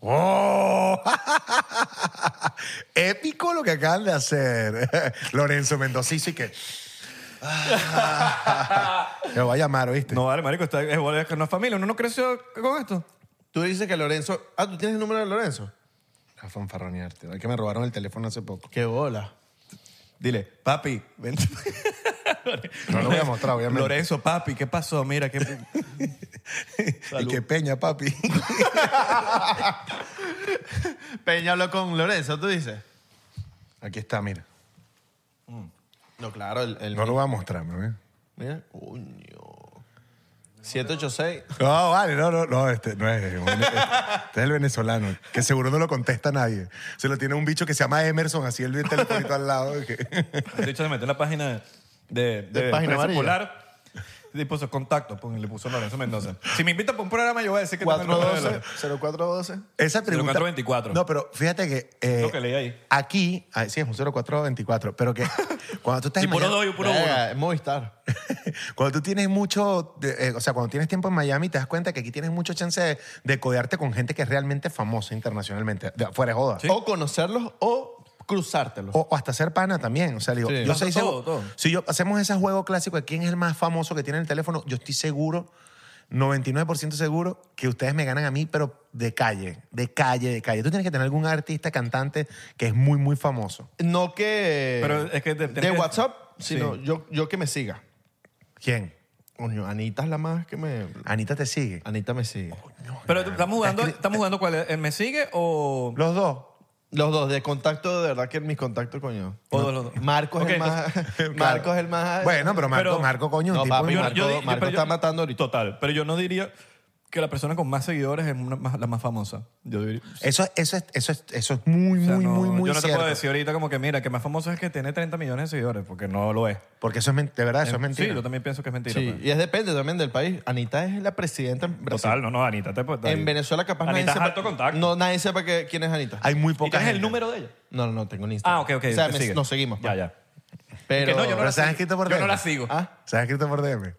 C: ¡Oh! Épico lo que acaban de hacer. Lorenzo Mendoza y que... Te voy a llamar, ¿oíste?
A: No, vale, marico, está, es, es que no es familia. Uno no creció con esto.
B: Tú dices que Lorenzo. Ah, tú tienes el número de Lorenzo.
C: A fanfarronearte. Ay, que me robaron el teléfono hace poco.
B: Qué bola.
A: Dile, papi, vente.
C: No lo voy a mostrar, obviamente.
A: Lorenzo, papi, ¿qué pasó? Mira, qué...
C: Y que peña, papi.
B: Peña habló con Lorenzo, tú dices.
C: Aquí está, mira.
B: No, claro, el. el-
C: No lo voy a mostrar, ¿no?
B: Mira, coño. 786.
C: No, vale, no, no, no, este no es. Este, este es el venezolano, que seguro no lo contesta nadie. Se lo tiene un bicho que se llama Emerson, así el telefonito al lado. que-
A: De hecho, se metió en la página de, de,
B: De página
A: Prensa
B: amarilla.
A: Polar Y puso contacto, pues, le puso Lorenzo Mendoza. Si me invitan para un programa, yo voy a decir que tengo el número de
B: 412,
A: Lorenzo.
B: 0412.
C: Esa pregunta.
A: 0424.
C: No, pero fíjate que. eh,
A: Lo que leí ahí.
C: Aquí, ah, sí, es un 0424, pero que cuando tú estás
A: Y
C: en
A: puro
C: Miami-
A: dos y puro uno.
B: Verga, es Movistar.
C: Cuando tú tienes mucho, de- eh, o sea, cuando tienes tiempo en Miami, te das cuenta que aquí tienes mucho chance de, de codearte con gente que es realmente famosa internacionalmente, de, fuera de joda.
B: O conocerlos o cruzártelos.
C: O, o hasta ser pana también. O sea, le digo,
B: Sí.
C: yo sé,
A: Todo,
C: seguro-
A: todo.
C: si yo hacemos ese juego clásico de quién es el más famoso que tiene el teléfono, yo estoy seguro, 99% seguro, que ustedes me ganan a mí, pero de calle, de calle, de calle. Tú tienes que tener algún artista, cantante que es muy, muy famoso.
B: No que.
A: Pero es que te-
B: de
A: tenés que-
B: WhatsApp, sino yo, yo que me siga.
C: ¿Quién?
B: Coño, Anita es la más que me.
C: Anita te sigue.
B: Anita me sigue.
A: Pero estamos jugando, estamos jugando cuál es? ¿El me sigue o.?
C: Los dos.
B: Los dos, de contacto, de verdad que mis contactos, coño.
A: O dos, los dos.
B: Marco es
A: Ok,
B: el más. Marco es el más.
C: Bueno, pero Marco,
A: Pero-
C: Marco coño, un
B: No,
C: tipo
B: papi,
C: muy-
B: Marco- Marco
A: pero
B: está matando ahorita.
A: Total, pero yo no diría que la persona con más seguidores es una más- la más famosa. Yo diría.
C: Eso, eso, es, eso, es, eso es muy,
A: o sea,
C: muy,
A: no,
C: muy, muy
A: Yo no te
C: cierto.
A: puedo decir ahorita como que, mira, que más famoso es que tiene 30 millones de seguidores, porque no lo es.
C: Porque eso es, men- de verdad, eso es
A: Sí,
C: mentira.
A: yo también pienso que es mentira.
B: Sí,
A: pues.
B: y es depende también del país. Anita es la presidenta en Brasil.
A: Total, no, no, Anita te puede
B: En Venezuela capaz nadie
A: Anita es
B: sepa-
A: alto contacto.
B: No, nadie sepa que- quién es Anita.
C: Hay muy
A: ¿Y
C: pocas.
A: tienes el número de ella?
B: No, no, no, tengo ni Instagram.
A: Ah, ok, ok.
B: O sea,
A: te
B: me-
A: sigue.
B: nos seguimos.
A: Ya,
B: pues.
A: ya.
B: Pero,
A: Que no, yo no
C: Pero
A: la
C: se han
A: sigo.
C: escrito por
A: Yo no
C: DM.
A: la sigo.
B: Ah,
C: ¿Sabes escrito por DM?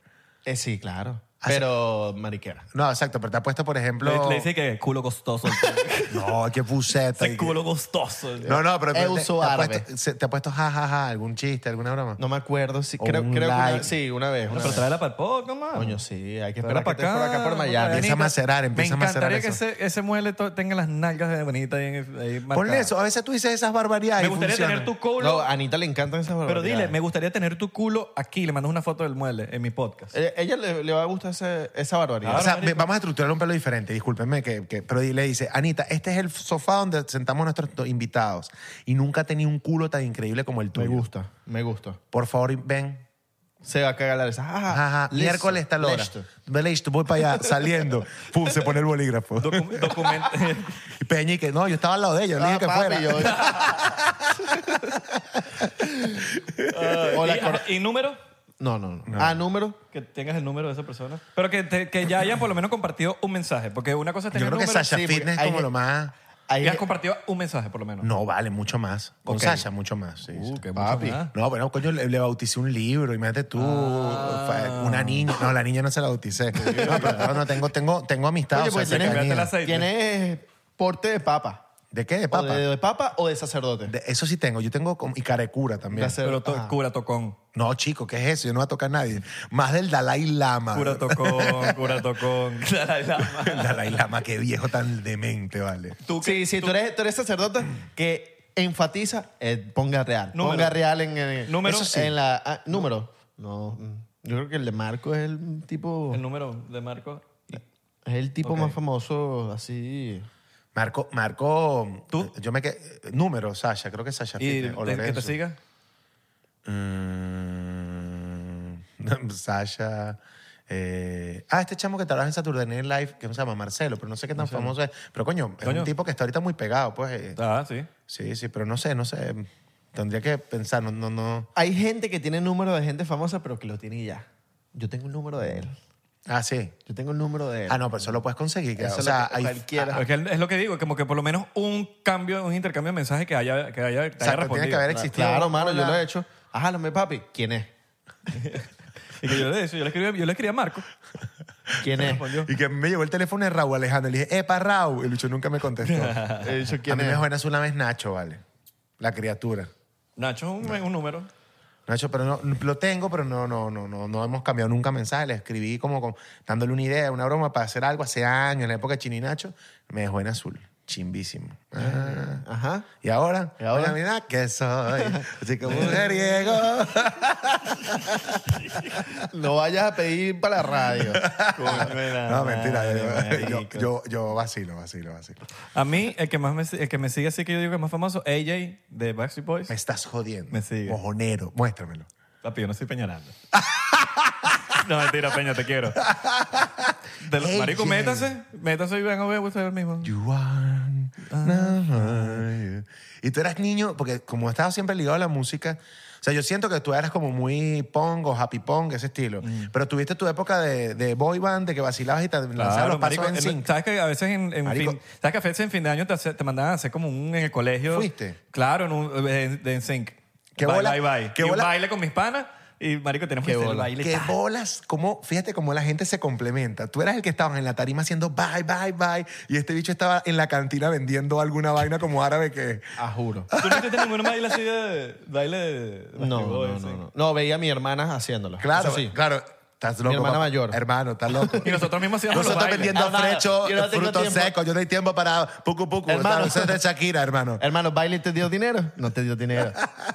B: eh, sí, claro.
C: Ah, sí.
B: Pero mariquera.
C: No, exacto, pero te ha puesto, por ejemplo.
A: Le, le dice que culo costoso.
C: No, qué puseta.
A: Ese culo costoso.
C: No, no, pero. te-
B: Euso
C: te, ha
B: árabe.
C: puesto, se- te ha puesto jajaja, algún chiste, alguna broma.
B: No me acuerdo. Sí,
C: O
B: creo,
C: un
B: creo que
C: like.
B: una, sí, una vez.
A: Bueno,
B: Una
A: pero
B: vez.
A: tráela para el podcast, mano.
B: Coño, sí, hay que
A: Tráela
B: esperar que te por acá por Miami.
C: Empieza a macerar, empieza a macerar
A: Me encantaría
C: eso.
A: que ese, ese mueble to- tenga las nalgas de bonita ahí, ahí marcadas.
C: Ponle eso. A veces tú dices esas barbaridades.
A: Me
C: y
A: gustaría
C: funciona. ah,
A: tener tu culo.
B: No, a Anita le encantan esas
A: pero dile,
B: barbaridades.
A: me gustaría tener tu culo aquí. Le mandas una foto del mueble en mi podcast.
B: Eh, ella le, le va a gustar ese- esa barbaridad.
C: O sea,
A: Ahora, marico.
C: ve- vamos a estructurar un pelo diferente, discúlpenme, que, que- pero le dice, Anita, este es el sofá donde sentamos a nuestros to- invitados y nunca tenía un culo tan increíble como el
B: me
C: tuyo.
B: gusta, me gusta.
C: Por favor, ven.
B: Se va a cagar la risa. Ah,
C: Ajá,
B: listo,
C: miércoles tal hora.
B: listo.
C: Listo, voy para allá, saliendo. Pum, se pone el bolígrafo.
A: Docu- documento-
C: Y Peñique, no, yo estaba al lado de ella, le
B: Ah,
C: dije que
B: papi,
C: fuera.
B: yo- Ah, O la cor-
A: y, ah, y número,
B: No, no, no. Ah, número.
A: que tengas el número de esa persona. Pero que, te- que ya hayan por lo menos compartido un mensaje. Porque una cosa es
C: Yo
A: tener
C: creo que
A: número,
C: Sasha
B: sí, porque
C: Fitness es
B: hay
C: como
B: ge-
C: lo más.
B: Ahí
A: Y has compartido un mensaje por lo menos.
C: No, vale, mucho más. Con
A: Ok.
C: Sasha, mucho más. sí, sí.
A: Uh, qué
B: Papi.
A: mucho más.
C: No, bueno, coño, le, le bauticé un libro, imagínate tú,
A: Ah.
C: fa- una niña. No, la niña no se la bauticé. No, pero no, no, tengo, tengo, tengo amistad.
B: Oye,
C: o sea,
B: pues, tienes-
C: cercanía.
A: Cámbiate el aceite.
B: ¿Tienes eh, porte de papa?
C: ¿De qué? ¿De
B: ¿O
C: papa?
B: de, de papa o de sacerdote?
C: De- eso sí tengo. Yo tengo como- y carecura también.
B: De hacer-
A: Pero to-
C: ah.
B: Ajá.
A: cura tocón.
C: No, chico, ¿qué es eso? Yo no voy a tocar a nadie. Más del Dalai Lama.
A: Cura tocón, cura tocón. Dalai Lama.
C: El Ah. Dalai Lama, qué viejo tan demente, vale.
B: sí, sí, tú, eres, tú eres sacerdote que enfatiza, eh, ponga real.
A: Número.
B: Ponga real en el
A: Número.
B: eso sí. en la ah, número. No, mm, yo creo que el de Marco es el tipo
A: El número de Marco.
B: es el tipo más famoso así.
C: Marco, Marco.
A: ¿Tú?
C: Yo me quedé. Número, Sasha. Creo que Sasha
A: ¿Y
C: Fitness. o
A: te- que te
C: Lorenzo.
A: siga?
C: Mm, Sasha. eh, ah, este chamo que trabaja en Saturday Night Live, que se llama Marcelo, pero no sé qué tan famoso es. Pero coño, es
A: Coño.
C: un tipo que está ahorita muy pegado, pues. eh,
A: Ah, sí.
C: Sí, sí, pero no sé, no sé. Tendría que pensar, no, no, no.
B: Hay gente que tiene número de gente famosa, pero que lo tiene y ya. Yo tengo el número de él.
C: Ah, sí.
B: Yo tengo el número de él.
C: Ah, no, pero eso lo puedes conseguir. que-
B: Eso
C: o
B: es
C: sea,
B: lo que
C: hay-
B: cualquiera.
A: Es que es lo que digo, como que por lo menos un cambio, un intercambio de mensajes que haya, que haya, que haya
C: Exacto, tiene que
A: respondido.
C: haber
B: Claro,
C: existido.
B: Claro, mano, yo
C: Hola.
B: lo he hecho. Ajá, lo me papi. ¿Quién es?
A: Y que yo le decía, yo le escribí, yo le escribí a Marco.
B: ¿Quién es?
C: Y que me llegó el teléfono de Raúl Alejandro. Le dije, epa, Raúl. El Lucho nunca me contestó. a
B: He dicho,
C: mí
B: ¿quién
C: me
B: es?
C: dejó en azul una vez Nacho, vale. La criatura.
A: Nacho es un, un número.
C: Nacho, pero no, lo tengo, pero no, no, no, no, no hemos cambiado nunca mensaje. Le escribí como con- dándole una idea, una broma para hacer algo hace años, en la época de Chini Nacho. Me dejó en azul. Chimbísimo. Ah.
B: Ajá.
C: ¿Y ahora?
B: ¿Y ahora?
C: Hola, mira que soy. Así que mujeriego.
B: No vayas a pedir para la radio.
A: Ah,
C: No, mentira. yo- Yo, yo, yo vacilo, vacilo, vacilo.
A: A mí, el que más me, el que me sigue así que yo digo que es más famoso, AJ de Backstreet Boys.
C: Me estás jodiendo.
A: Me sigue.
C: Mojonero. Muéstramelo.
A: Papi, yo no estoy peñarando. no, mentira, Peña, te quiero. De los,
C: AJ.
A: marico, métase, métase y vengan a ver ustedes mismos.
C: You are Y tú eras niño, porque como estabas siempre ligado a la música, o sea, yo siento que tú eras como muy pong o happy pong, ese estilo.
A: Mm.
C: Pero tuviste tu época de, de boy band, de que vacilabas y te lanzabas los pasos
A: marico,
C: en
A: el-
C: sync.
A: ¿Sabes que a veces en, en
C: Marico.
A: fin, ¿sabes que a veces en fin de año te, hace- te mandaban a hacer como un en el colegio?
C: ¿Fuiste?
A: Claro, en un eh, en, en sync.
C: ¿Qué
A: bye,
C: bola?
A: bye, bye.
C: ¿Qué
A: Y un
C: bola?
A: baile con mis panas y marico tenemos que hacer el baile.
C: Qué
A: ta.
C: bolas, como, fíjate cómo la gente se complementa. Tú eras el que estabas en la tarima haciendo bye, bye, bye, y este bicho estaba en la cantina vendiendo alguna vaina como árabe que...
B: Ah, juro.
A: ¿Tú no hiciste ningún baile así de baile de
B: No, no, no, no, no. No, veía a mi hermana haciéndolo.
C: Claro,
B: Eso sí.
C: claro. Estás loco,
B: hermana
C: papá.
B: mayor.
C: Hermano, estás loco.
A: Y nosotros mismos hacíamos los
C: Nosotros
A: bailes.
C: vendiendo
B: Hermana,
C: frechos,
B: yo no tengo
C: frutos
B: tiempo.
C: secos. Yo no hay tiempo para pucu pucu.
B: Hermano.
C: Hermano. Eso es de Shakira, hermano.
B: Hermano, ¿baile te dio dinero? No te dio dinero.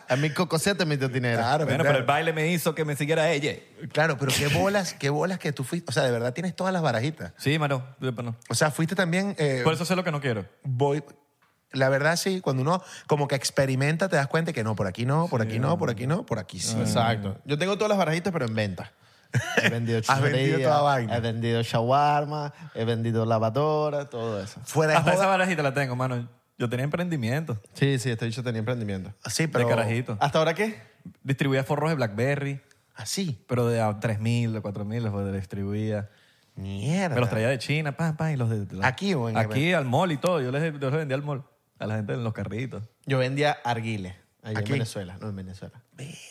B: A mí Cocosete me dio dinero.
C: Claro,
A: Bueno,
C: vender.
A: pero el baile me hizo que me siguiera ella.
C: claro, pero qué bolas, qué bolas que tú fuiste. O sea, de verdad tienes todas las barajitas.
A: Sí, mano. yo, pero no.
C: O sea, fuiste también... eh,
A: Por eso sé lo que no quiero.
C: voy... La verdad sí, cuando uno como que experimenta te das cuenta que no, por aquí no, por aquí no, por aquí no, por aquí sí.
B: Exacto. Yo tengo todas las barajitas, pero en venta. He vendido
C: Has vendido
B: chuchería,
C: toda vaina.
B: He vendido shawarma, he vendido lavadora, todo eso.
C: Fuera de
A: Hasta esa
C: joda.
A: barajita la tengo, mano. Yo tenía emprendimiento.
B: Sí, sí, este dicho tenía emprendimiento.
C: Ah, Sí, pero...
A: De carajito.
B: ¿Hasta ahora qué?
A: Distribuía forros de BlackBerry,
C: Así.
A: pero de a 3.000, de 4.000 los distribuía.
C: Mierda.
A: Me los traía de China, pam, pam, y los de... la-
C: Aquí o en-
A: Aquí, al mall y todo. Yo les, yo les vendía al mall. A la gente en los carritos.
B: Yo vendía arguiles. Allá
C: Aquí.
B: en Venezuela, no en Venezuela.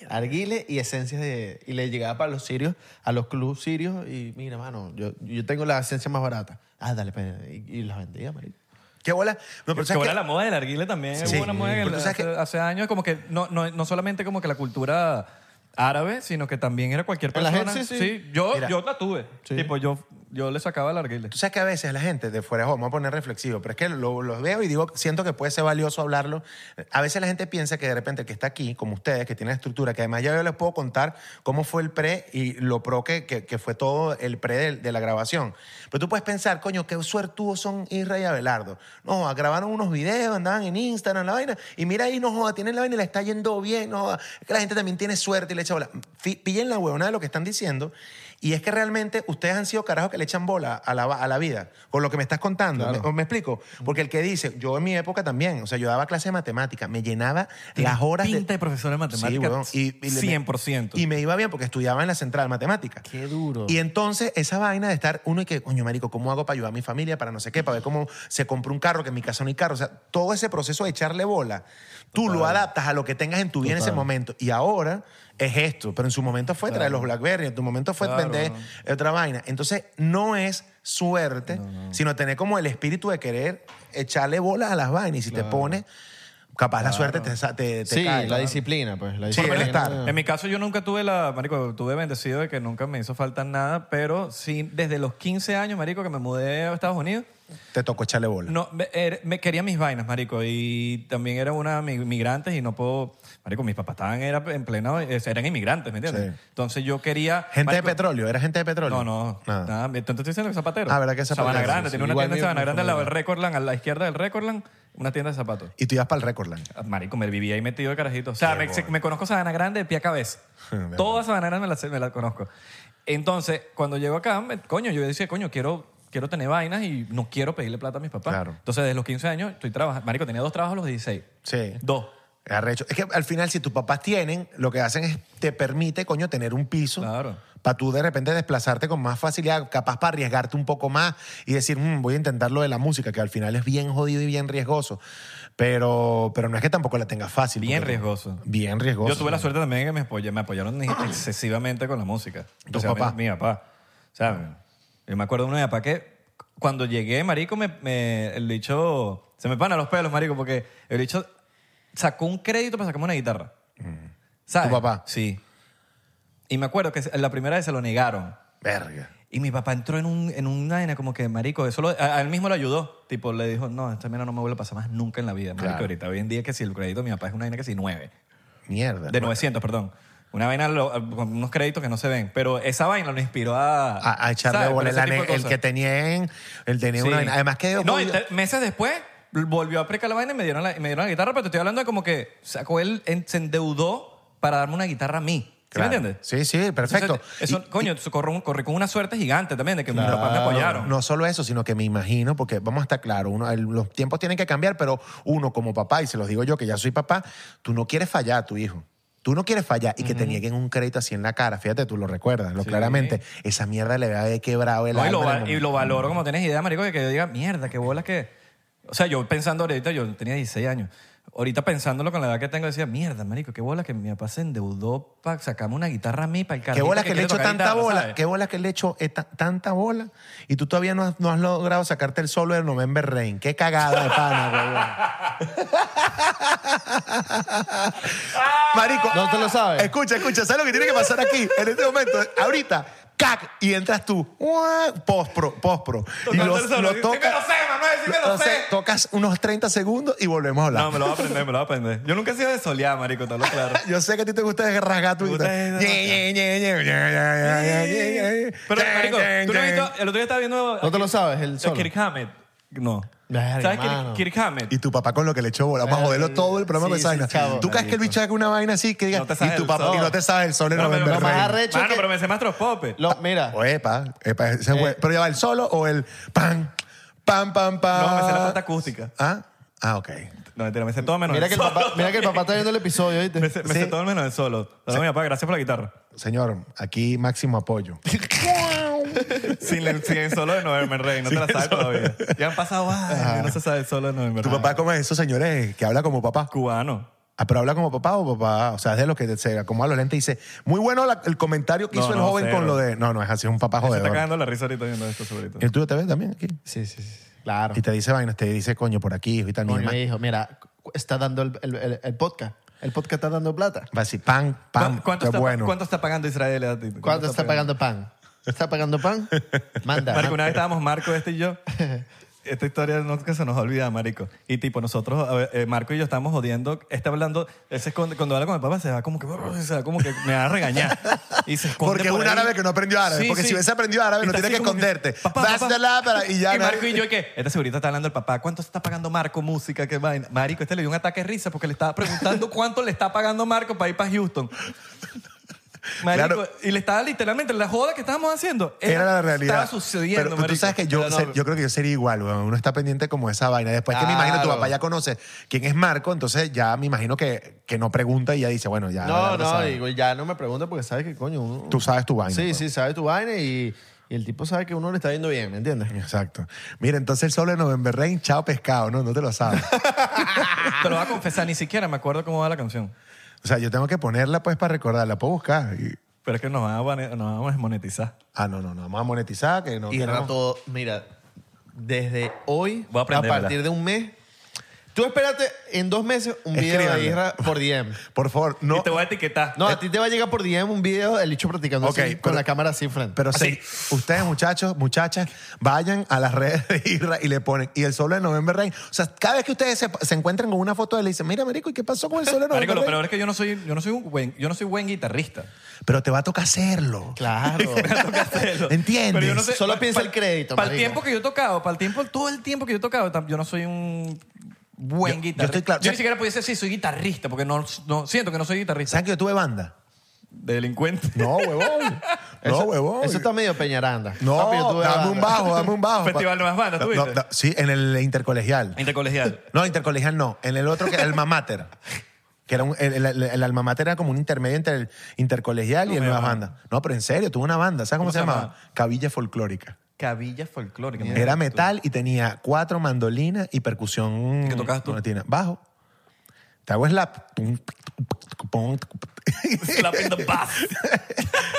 B: Arguiles y esencias de... Y le llegaba para los sirios, a los clubes sirios. Y mira, mano, yo, yo tengo la esencia más barata. Ah, dale, pues, y, y las vendía, marico.
C: Qué bola. No, pero
A: que
C: ¿sabes
A: ahora
C: qué?
A: la moda del arguile también.
C: Sí.
A: Hubo una moda en el-
C: Pero tú sabes
A: hace,
C: que-
A: hace años como que no, no, no solamente como que la cultura árabe, sino que también era cualquier
B: La
A: persona.
B: gente, sí, sí.
A: yo,
C: Mira.
A: yo la tuve. Tipo, yo, yo le sacaba el arguile.
C: Tú sabes que a veces la gente de fuera, de juego, me voy a poner reflexivo, pero es que lo- los veo y digo, siento que puede ser valioso hablarlo. A veces la gente piensa que de repente el que está aquí, como ustedes, que tiene la estructura, que además ya yo les puedo contar cómo fue el pre y lo pro que, que, que fue todo el pre de, de la grabación. Pero tú puedes pensar, coño, qué suertudos son Isra y Abelardo. No, grabaron unos videos, andaban en Instagram, la vaina, y mira ahí, no joda, tienen la vaina y le está yendo bien, no joda. Es que la gente también tiene suerte y le echa bola. Fi- Pillen la huevona de lo que están diciendo y es que realmente ustedes han sido carajos que le echan bola a la, a la vida, con lo que me estás contando. ¿Me, me explico? Porque el que dice, yo en mi época también, o sea, yo daba clase de matemática, me llenaba las horas
A: pinta de profesor de matemática,
C: huevón.
A: 100%.
C: Y me iba bien porque estudiaba en la central matemática.
B: Qué duro.
C: Y entonces esa vaina de estar uno y que, coño, marico, ¿cómo hago para ayudar a mi familia? Para no sé qué, para ver cómo se compra un carro, que en mi casa no hay carro. O sea, todo ese proceso de echarle bola, tú lo adaptas a lo que tengas en tu vida en ese momento. Y ahora es esto, pero en su momento fue traer los Blackberry, en tu momento fue vender otra vaina. Entonces no es suerte, sino tener como el espíritu de querer echarle bola a las vainas. Y si te pones, capaz la suerte te, sa- te, te
B: Sí,
C: cae.
B: la disciplina, pues. La
C: Sí, el
B: disciplina.
C: estar.
A: En mi caso yo nunca tuve la, marico, tuve bendecido de que nunca me hizo falta nada, pero sí, desde los 15 años, marico, que me mudé a Estados Unidos,
C: Te tocó echarle bola.
A: no, me, er- me quería mis vainas, marico, y también era una mi- migrante y no puedo, marico, mis papás estaban era en pleno, eh, eran inmigrantes, ¿me entiendes?
C: Sí.
A: Entonces yo quería...
C: Gente
A: marico,
C: de petróleo, era gente de petróleo.
A: No, no,
C: Nada.
A: nada. Entonces estoy diciendo que zapatero.
C: Ah, ¿verdad que zapatero?
A: Sabana Grande,
C: Sí,
A: tiene una
B: igual
A: tienda en
B: mi-
A: Sabana
B: mi
A: Grande al lado del
B: familia.
A: Recordland, a la izquierda del Recordland, una tienda de zapatos.
C: Y tú ibas para el Recordland.
A: Marico, me vivía ahí metido de carajito. O sea, me, me conozco Sabana Grande de pie a cabeza. Toda Sabana Grande me la, sé- me la conozco. Entonces, cuando llego acá, me- coño, yo decía, coño, quiero, quiero tener vainas y no quiero pedirle plata a mis papás.
C: Claro.
A: Entonces, desde los 15 años estoy trabajando. Marico, tenía dos trabajos a los 16.
C: Sí.
A: Dos.
C: Arrecho. Es que al final, si tus papás tienen, lo que hacen es te permite, coño, tener un piso.
A: Claro.
C: Para tú de repente desplazarte con más facilidad, capaz para arriesgarte un poco más y decir, "Mm, voy a intentar lo de la música, que al final es bien jodido y bien riesgoso. Pero, pero no es que tampoco la tengas fácil.
A: Bien
C: porque-
A: riesgoso.
C: Bien riesgoso.
A: Yo tuve la suerte también que me apoyaron, me apoyaron excesivamente con la música.
C: ¿Tu
A: Especialmente
C: papá?
A: Mi papá. O sea, yo me acuerdo de uno de mi papá que cuando llegué, marico, me, me- el dicho... Se me paran los pelos, marico, porque el dicho sacó un crédito para sacarme una guitarra. ¿Sabes?
C: ¿Tu papá?
A: Sí. Y me acuerdo que la primera vez se lo negaron.
C: Verga.
A: Y mi papá entró en un, en un vaina como que, marico, eso lo- a, a él mismo lo ayudó. Tipo, le dijo, no, esta mierda no me vuelve a pasar más nunca en la vida, marico.
C: Claro.
A: Ahorita, hoy en día, que si el crédito de mi papá es una vaina que si nueve.
C: Mierda.
A: De 900, perdón. Una vaina lo- con unos créditos que no se ven. Pero esa vaina lo inspiró a...
C: A, a echarle
A: ¿sabes? Por
C: bola.
A: ese
C: La
A: tipo
C: ne-
A: de
C: el
A: cosas.
C: que tenía en. El tenía una.
A: Sí.
C: vaina. Además que.
A: No, y te- meses después volvió a aplicar la vaina y me dieron la, y me dieron la guitarra, pero te estoy hablando de como que sacó él, en- se endeudó para darme una guitarra a mí.
C: Claro.
A: me entiendes?
C: Sí, sí, perfecto.
A: Entonces, eso,
C: Y-
A: coño, eso corro, un- corrí con una suerte gigante también de que mis papás me
C: Claro.
A: apoyaron.
C: No solo eso, sino que me imagino, porque vamos a estar claros, uno- el- los tiempos tienen que cambiar, pero uno como papá, y se los digo yo que ya soy papá, tú no quieres fallar a tu hijo. Tú no quieres fallar y que te nieguen un crédito así en la cara. Fíjate, tú lo recuerdas, lo claramente. Esa mierda le va a haber quebrado el
A: No, y,
C: alma
A: lo,
C: en el
A: va- y
C: momento.
A: lo valoro como tienes idea, marico, de que yo diga, mierda, qué bolas que... O sea, yo pensando ahorita, yo tenía 16 años, ahorita pensándolo con la edad que tengo, decía, mierda, marico, qué bolas que mi papá se endeudó para sacarme una guitarra a mí, para el
C: Qué
A: carrito
C: bola que, le
A: quiere
C: he hecho
A: tocar
C: tanta
A: guitarra,
C: bola,
A: ¿sabes?
C: qué bola que le he hecho eh, ta- tanta bola y tú todavía no has, no has logrado sacarte el solo del November Rain. Qué cagada de pana, huevón. Marico,
B: No te lo sabes.
C: Escucha, escucha, ¿sabes lo que tiene que pasar aquí? En este momento, ahorita, cac, y entras tú, postpro, postpro. Y
A: Tocando
C: lo,
A: el solo.
C: lo
A: Sí me lo
C: tocas-
A: sé, Manuel, sí me lo
C: entonces,
A: sé.
C: Tocas unos 30 segundos y volvemos a hablar.
A: No, me lo voy a aprender, me lo voy a aprender. Yo nunca he sido de solear, marico, te lo claro.
C: Yo sé que a ti te gusta rasgar tu
A: Me gusta
C: guitarra.
A: esa-
C: Ñe, Ñe, Ñe, Ñe, Ñe, Ñe, Ñe, Ñe, Ñe, Ñe.
A: Pero, marico,
C: Ten,
A: tú no has
C: ten,
A: visto, el otro día estaba viendo...
B: No te lo sabes, el
A: a
B: solo.
A: Kirk Hammett. No.
B: Verga,
A: ¿Sabes Kirk,
B: mano.
A: Kirk Hammett?
C: Y tu papá con lo que le echó bola. Vamos a
B: Ay,
A: Eh,
C: joderlo todo el programa
B: sí,
C: con esa
B: sí,
C: vaina.
B: chavo,
C: ¿Tú crees que el bicho haga una vaina así que diga,
A: No te sabes
C: y tu
A: el
C: papá
A: sol.
C: y no te sabe el sol en
A: No, pero
C: November
A: lo más
C: Rain?
B: arrecho- hecho
A: Mano,
B: que-
A: pero me sé más Popes.
B: Lo- mira,
C: O epa, epa, ese
A: Eh.
C: güey. Pero ya va el solo o el pan, pan, pan, pan.
A: No, me sé la parte acústica.
C: ¿Ah? Ah, ok.
A: No, mentira, me sé todo menos
B: mira
A: el
B: que, el
A: solo.
B: papá, mira que el papá está viendo el episodio,
A: Me
B: ¿viste?
A: sé, me sé todo menos el solo. Dale, mi papá, gracias por la guitarra.
C: Señor, aquí máximo apoyo.
A: Sin el, sin el solo de November Rain, no te la sabes todavía. Ya han pasado años, no se sabe el solo de November
C: ¿Tu
A: Rain.
C: papá cómo es esos señores que habla como papá?
A: Cubano.
C: Ah, pero habla como papá o papá. O sea, es de los que se acomoda los lentes y dice, muy bueno la- el comentario que
A: No,
C: hizo el
A: no,
C: joven
A: cero.
C: con lo de. No, no, es así, es un papá
A: Se está
C: joder.
A: cagando la risa ahorita viendo esto, segurito.
C: ¿El tuyo te ve también aquí?
B: Sí, sí, sí. Claro.
C: Y te dice vainas, te dice, coño, por aquí, hijo, y tal. mi
B: Coño,
C: mamá.
B: hijo, mira, cu- está dando el, el- el- el podcast. El podcast está dando plata.
C: Va a decir, pan, pan,
A: ¿Cuánto, cuánto
C: qué
A: está,
C: bueno.
A: ¿Cuánto está pagando Israel? eh, a ti?
B: ¿Cuánto está pagando pan? ¿Está pagando pan? Manda.
A: Marico, una
B: manda.
A: vez estábamos Marco, este y yo. Esta historia nunca se nos olvida, Marico. Y tipo, nosotros, a ver, eh, Marco y yo estábamos jodiendo. Está hablando, él se esconde, cuando habla con mi papá se va como que, se va como que me va a regañar. Y se esconde
C: Porque es
A: por
C: un
A: ahí.
C: árabe que no aprendió árabe.
A: Sí,
C: porque
A: sí.
C: si hubiese aprendido árabe,
A: Y
C: no
A: está
C: tiene que
A: así como
C: esconderte.
A: papá,
C: Vas
A: papá.
C: de la para- y ya.
A: Y
C: no-
A: Marco y yo, ¿qué? Esta segurita está hablando el papá. ¿Cuánto se está pagando Marco música? ¿Qué vaina? Marico, este le dio un ataque de risa porque le estaba preguntando cuánto le está pagando Marco para ir para Houston. Marico,
C: Claro.
A: y le estaba literalmente la joda que estábamos haciendo.
C: Era la realidad.
A: Estaba sucediendo,
C: Pero tú
A: marico.
C: sabes que yo,
A: Pero no,
C: ser- yo creo que yo sería igual, weón. Uno está pendiente como de esa vaina. Después que me imagino tu
B: Claro.
C: papá ya conoce quién es Marco, entonces ya me imagino que, que no pregunta y ya dice, bueno, ya. la
B: No,
C: verdad
B: no,
C: sabe.
B: digo, ya no me pregunta porque sabes que coño. uno-
C: Tú sabes tu vaina,
B: Sí,
C: pues.
B: sí, sabes tu vaina y, y el tipo sabe que uno le está yendo bien, ¿me entiendes?
C: Exacto. Mira, entonces el solo de November Rain, chao pescado, ¿no? No te lo sabes.
A: Te lo voy a confesar, ni siquiera me acuerdo cómo va la canción.
C: o sea, yo tengo que ponerla pues para recordarla. Puedo buscar. Y-
A: Pero es que nos van a, bane- nos van a desmonetizar.
C: ah, no, no, no. Vamos a monetizar. Que no,
B: Y
C: que no.
B: rato, mira, desde hoy,
A: Voy a
B: a,
A: aprendérmela.
B: partir de un mes, tú espérate en dos meses un video de
C: Escríbanle.
B: Isra por DM.
C: Por favor, no.
A: Y te voy a etiquetar.
B: No, a ti te va a llegar por DM un video del bicho practicando
C: Ok,
B: así, con
C: pero-
B: la cámara así frente.
C: Pero sí, ustedes, muchachos, muchachas, vayan a las redes de Irra y le ponen. Y el solo de November Rain. O sea, cada vez que ustedes se, se encuentren con una foto de él, le dicen, mira, Marico, ¿y qué pasó con el solo de November
A: Marico, lo
C: Rain?
A: peor es que yo no soy, yo no soy un buen, yo no soy buen guitarrista.
C: Pero te va a tocar hacerlo.
B: Claro.
A: hacerlo.
C: ¿Entiendes?
A: Pero yo no
B: Solo
A: pa-
B: piensa
A: pa-
B: el crédito,
A: Para el
B: marico.
A: tiempo que yo he tocado, para el tiempo, todo el tiempo que yo he tocado, tam- yo no soy un buen
C: Yo- yo
A: guitarrista.
C: estoy claro.
A: ni siquiera pudiese decir soy guitarrista, porque no, no- siento que no soy guitarrista.
C: ¿Saben que yo tuve banda?
A: Delincuente.
C: No, huevón. no, huevón.
B: Eso está medio peñaranda. Papi, yo
C: No,
B: tuve
C: dame
B: banda.
C: un bajo, dame un bajo.
A: Festival de las bandas, ¿tú
C: No,
A: viste?
C: no, sí, en el intercolegial.
A: Intercolegial.
C: No, intercolegial no. En el otro, que era el mamáter. Que era un- el, el, el- el alma mater era como un intermedio entre el intercolegial y el nuevas bandas. No, pero en serio, tuvo una banda. ¿Sabes cómo, se, llamaba? Cabilla Folclórica.
A: Cabilla folclórica. mira.
C: Era metal y tenía cuatro mandolinas y percusión.
A: ¿Qué tocabas tú?
C: latina. Bajo. Te hago slap. Tum, pic, tum, pic, tum, pum, tum, pic.
A: Slap in the bass.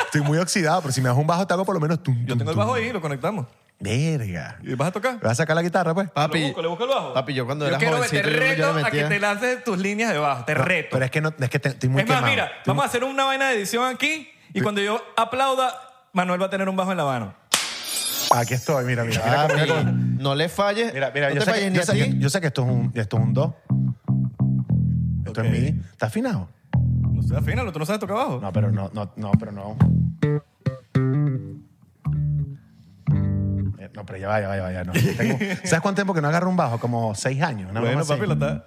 C: Estoy muy oxidado, pero si me das un bajo, te hago por lo menos. tum,
A: Yo
C: tum,
A: tengo el
C: tum.
A: bajo ahí, lo conectamos.
C: Verga.
A: ¿Y vas a tocar?
C: ¿Vas a sacar la guitarra, pues?
B: Papi,
A: Le busco, le busco el bajo.
B: Papi, yo cuando
A: yo
B: era
A: quiero
B: jovencito,
A: te
B: yo- yo
A: reto
B: me
A: a que
B: metía-
A: te lances tus líneas de bajo. Te reto.
C: Pero es que no, es que te- estoy muy
A: es más,
C: quemado.
A: mira,
C: Estoy
A: vamos a hacer una vaina de edición aquí y cuando yo aplauda, Manuel va a tener un bajo en la mano.
C: Aquí estoy, mira, mira. mira cómo-
B: Papi,
C: mira cómo-
B: no le falles.
C: Mira, mira,
B: no
C: yo,
B: te
C: sé que,
B: falles ni
C: yo
B: a
C: sé
B: ti.
C: que- yo sé que esto es un, esto es un do. Esto
A: Ok.
C: es mi. ¿Está afinado?
A: No sé, afínalo, tú no sabes tocar bajo.
C: No, pero no, no, no, pero no. Eh, No, pero ya va, ya va, ya va, ya no. Tengo- ¿Sabes cuánto tiempo que no agarro un bajo? Como seis años. una
A: bueno,
C: broma así.
A: papi, lo está.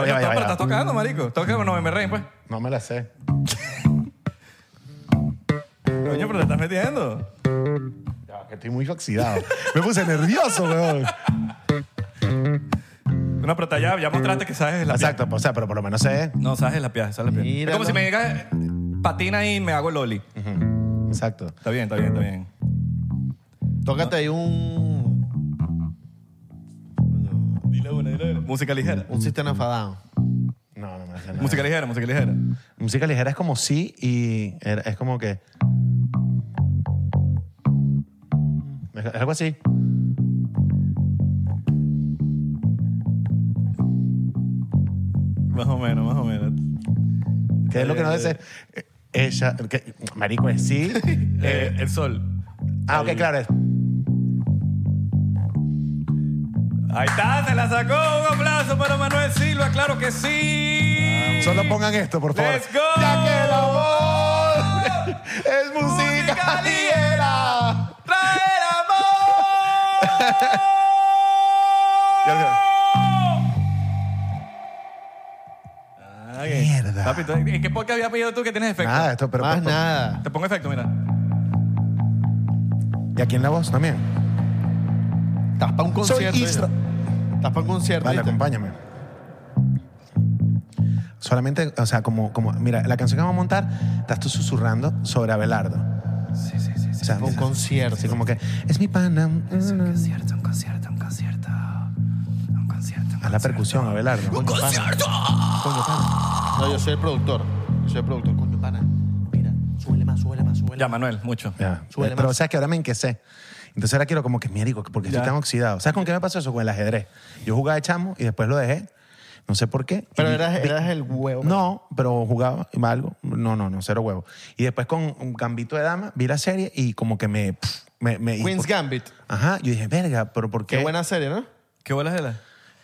A: Coño,
B: ya,
A: pero
B: va, ya va, ya va.
A: estás tocando, marico. Toca con November Rain, pues.
B: No me la sé.
A: Coño, pero te estás metiendo.
C: Ya va, que Estoy muy oxidado. Me puse nervioso, weón.
A: No, pero está ya, ya mostraste que sabes la pieza.
C: Exacto, o sea, pero por lo menos sé.
A: No, sabes la pieza, sabes la pieza. Es
B: Míralo.
A: como si me digas patina y me hago el loli.
C: Exacto.
A: Está bien, está bien, está bien.
B: Tócate ahí un.
A: Dile una, dile una. Música ligera.
B: Un sistema enfadado.
C: No, no me sé nada.
A: Música ligera, música ligera.
C: Música ligera es como sí y era- es como que. Es algo así.
A: Más o menos, más o menos.
C: Que es lo que no dice. eh, Ella. que- marico, es sí.
A: Eh, el sol.
C: Ah, ok, claro. Es,
A: Ahí está, se la sacó. Un aplauso para Manuel Silva, claro que sí.
C: solo pongan esto, por favor.
A: Let's go.
C: Ya que el amor es música
A: Música
C: ligera.
A: ¡Traer amor!
C: Ya,
A: Ah, ok.
C: Mierda.
A: Papi, ¿tú- ¿en qué podcast habías pedido tú que tienes efecto?
C: Nada, esto, pero.
B: Más nada.
A: Te pongo efecto, mira.
C: Y aquí en la voz también.
B: Estás para un
C: Soy
B: concierto.
C: Isra-
B: ¿eh? Estás para un concierto.
C: Vale,
B: ¿viste?
C: acompáñame. Solamente, o sea, como, como, mira, la canción que vamos a montar, estás tú susurrando sobre Abelardo.
A: Sí, sí, sí.
C: O sea,
B: Un concierto.
C: así como que, es mi pana.
A: concierto, un concierto, un concierto. Un concierto.
C: A la percusión, Abelardo.
B: Coño, pana. Coño, pana. No, yo soy el productor. Yo soy el productor. Coño, pana. Mira, súbele más, súbele más, súbele
A: Ya,
B: más.
A: Manuel, mucho.
C: Ya.
B: Súbele
C: Eh, Pero
B: más.
C: sabes que ahora me enquecé. Entonces ahora quiero como que miérico, porque estoy
A: Ya.
C: tan oxidado. ¿Sabes con qué me pasó eso? Con el ajedrez. Yo jugaba de chamo y después lo dejé. No sé por qué.
B: Pero
C: Y-
B: eras, eras el huevo.
C: No, pero jugaba y algo. No, no, no, cero huevo. Y después con un gambito de dama vi la serie y como que me. pff, me, me- y-
B: Queen's Gambit.
C: Ajá, yo dije, verga, pero ¿por qué?
B: Qué buena serie, ¿no?
A: ¿Qué bolas de la?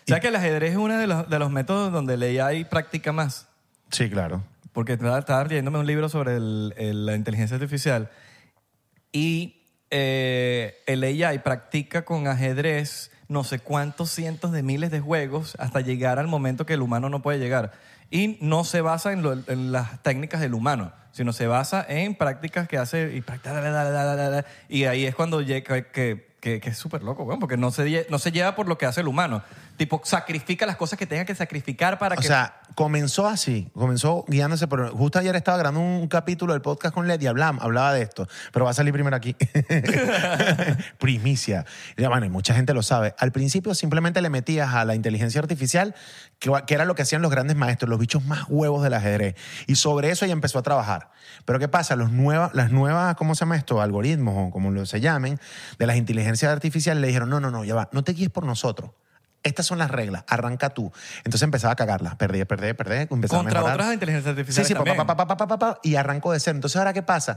A: ¿Sabes que el ajedrez es uno de los, de los métodos donde el AI practica más?
C: Sí, claro.
A: Porque estaba, estaba leyéndome un libro sobre el- el- la inteligencia artificial y eh, el AI practica con ajedrez no sé cuántos cientos de miles de juegos hasta llegar al momento que el humano no puede llegar. Y no se basa en, lo- en las técnicas del humano, sino se basa en prácticas que hace y practica, da, da, da, da, da, da. y ahí es cuando llega que, que- que es súper loco, weón, porque no se, lle- no se lleva por lo que hace el humano. Tipo, sacrifica las cosas que tenga que sacrificar para
C: O
A: que...
C: sea, comenzó así, comenzó guiándose por... Justo ayer estaba grabando un capítulo del podcast con Led y hablaba, hablaba de esto, pero va a salir primero aquí. Primicia. Ya, bueno, y mucha gente lo sabe. Al principio simplemente le metías a la inteligencia artificial, que, que era lo que hacían los grandes maestros, los bichos más huevos del ajedrez. Y sobre eso ella empezó a trabajar. Pero ¿qué pasa? Los nueva, las nuevas, ¿cómo se llama esto? Algoritmos o como lo se llamen, de las inteligencias artificiales le dijeron, no, no, no, ya va, no te guíes por nosotros. Estas son las reglas, arranca tú. Entonces empezaba a cagarlas, perdí, perdí, perdí, empezaba
A: Contra
C: a mejorar.
A: otras inteligencias
C: Sí,
A: artificiales
C: sí, pa, pa,
A: también.
C: pa, pa, pa, pa, pa, pa, y arrancó de cero. Entonces, ¿ahora qué pasa?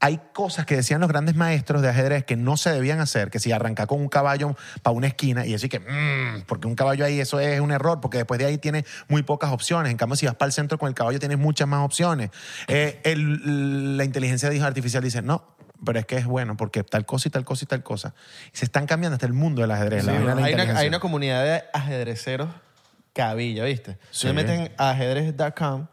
C: Hay cosas que decían los grandes maestros de ajedrez que no se debían hacer, que si arranca con un caballo para una esquina y así que, mm, porque un caballo ahí, eso es un error, porque después de ahí tienes muy pocas opciones. En cambio, si vas para el centro con el caballo, tienes muchas más opciones. Eh, el- la inteligencia artificial dice, no, pero es que es bueno, porque tal cosa y tal cosa y tal cosa. Y se están cambiando hasta el mundo del ajedrez. la vaina
B: Sí,
C: de la
B: hay, una,
C: inteligencia.
B: hay una comunidad de ajedreceros cabilla, ¿viste?
C: Sí.
B: Se meten a ajedrez.com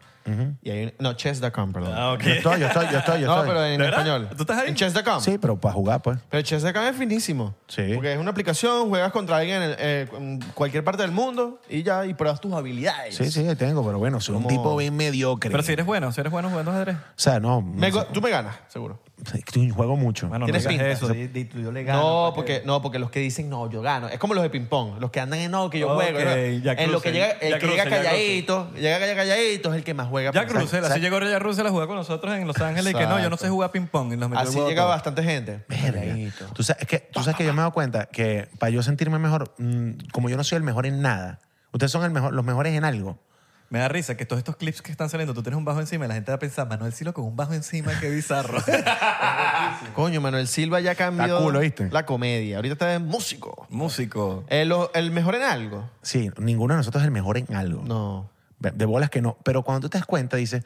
B: y hay... No, chess.com, perdón.
A: Ah, ok.
C: Yo estoy, yo estoy, yo estoy, yo
B: no,
C: estoy.
B: pero eh, en
A: ¿De verdad?
B: español.
A: ¿Tú estás ahí?
B: En chess.com.
C: Sí, pero para jugar, pues.
B: Pero chess.com es finísimo.
C: Sí.
B: Porque es una aplicación, juegas contra alguien en, eh, en cualquier parte del mundo y ya, y pruebas tus habilidades.
C: Sí, sí, tengo, pero bueno, soy un
B: Como-
C: tipo bien mediocre.
A: Pero si eres bueno, si eres bueno jugando ajedrez.
C: O sea, no.
B: Me go- tú me ganas, seguro.
C: Estoy- juego mucho.
A: Bueno, no
B: Tienes
A: digas
B: pinta.
A: eso. di- di- yo le gano.
B: No, porque, no, porque los que dicen, no, yo gano. Es como los de ping-pong. Los que andan en, no, que yo
A: Ok,
B: juego. yo juego".
A: Jack
B: en lo que
A: Russell,
B: llega, el
A: Jack
B: que llega
A: Russell, Jack
B: calladito, llega calla- calladito es el que más juega. pues,
A: Jack Russell, así
B: Así,
A: llegó Jack Russell a jugar con nosotros en Los Ángeles y que no, yo no sé
B: Exacto.
A: jugar ping-pong. Y nos metió el
B: así
A: huevo
B: llega
A: todo.
B: bastante gente. Calladito.
C: Tú sabes, es que, tú sabes que yo me he dado cuenta que para yo sentirme mejor, mm, como yo no soy el mejor en nada, ustedes son el mejor, los mejores en algo.
A: Me da risa que todos estos clips que están saliendo, tú tienes un bajo encima y la gente va a pensar, Manuel Silo con un bajo encima, qué bizarro.
B: Ah, Coño, Manuel Silva ya cambió
C: Está cool, ¿oíste?
B: la comedia. Ahorita está en músico.
A: Músico.
B: Eh, lo- ¿El, mejor en algo?
C: Sí, ninguno de nosotros es el mejor en algo.
B: No.
C: De de bolas que no. Pero cuando tú te das cuenta, dices,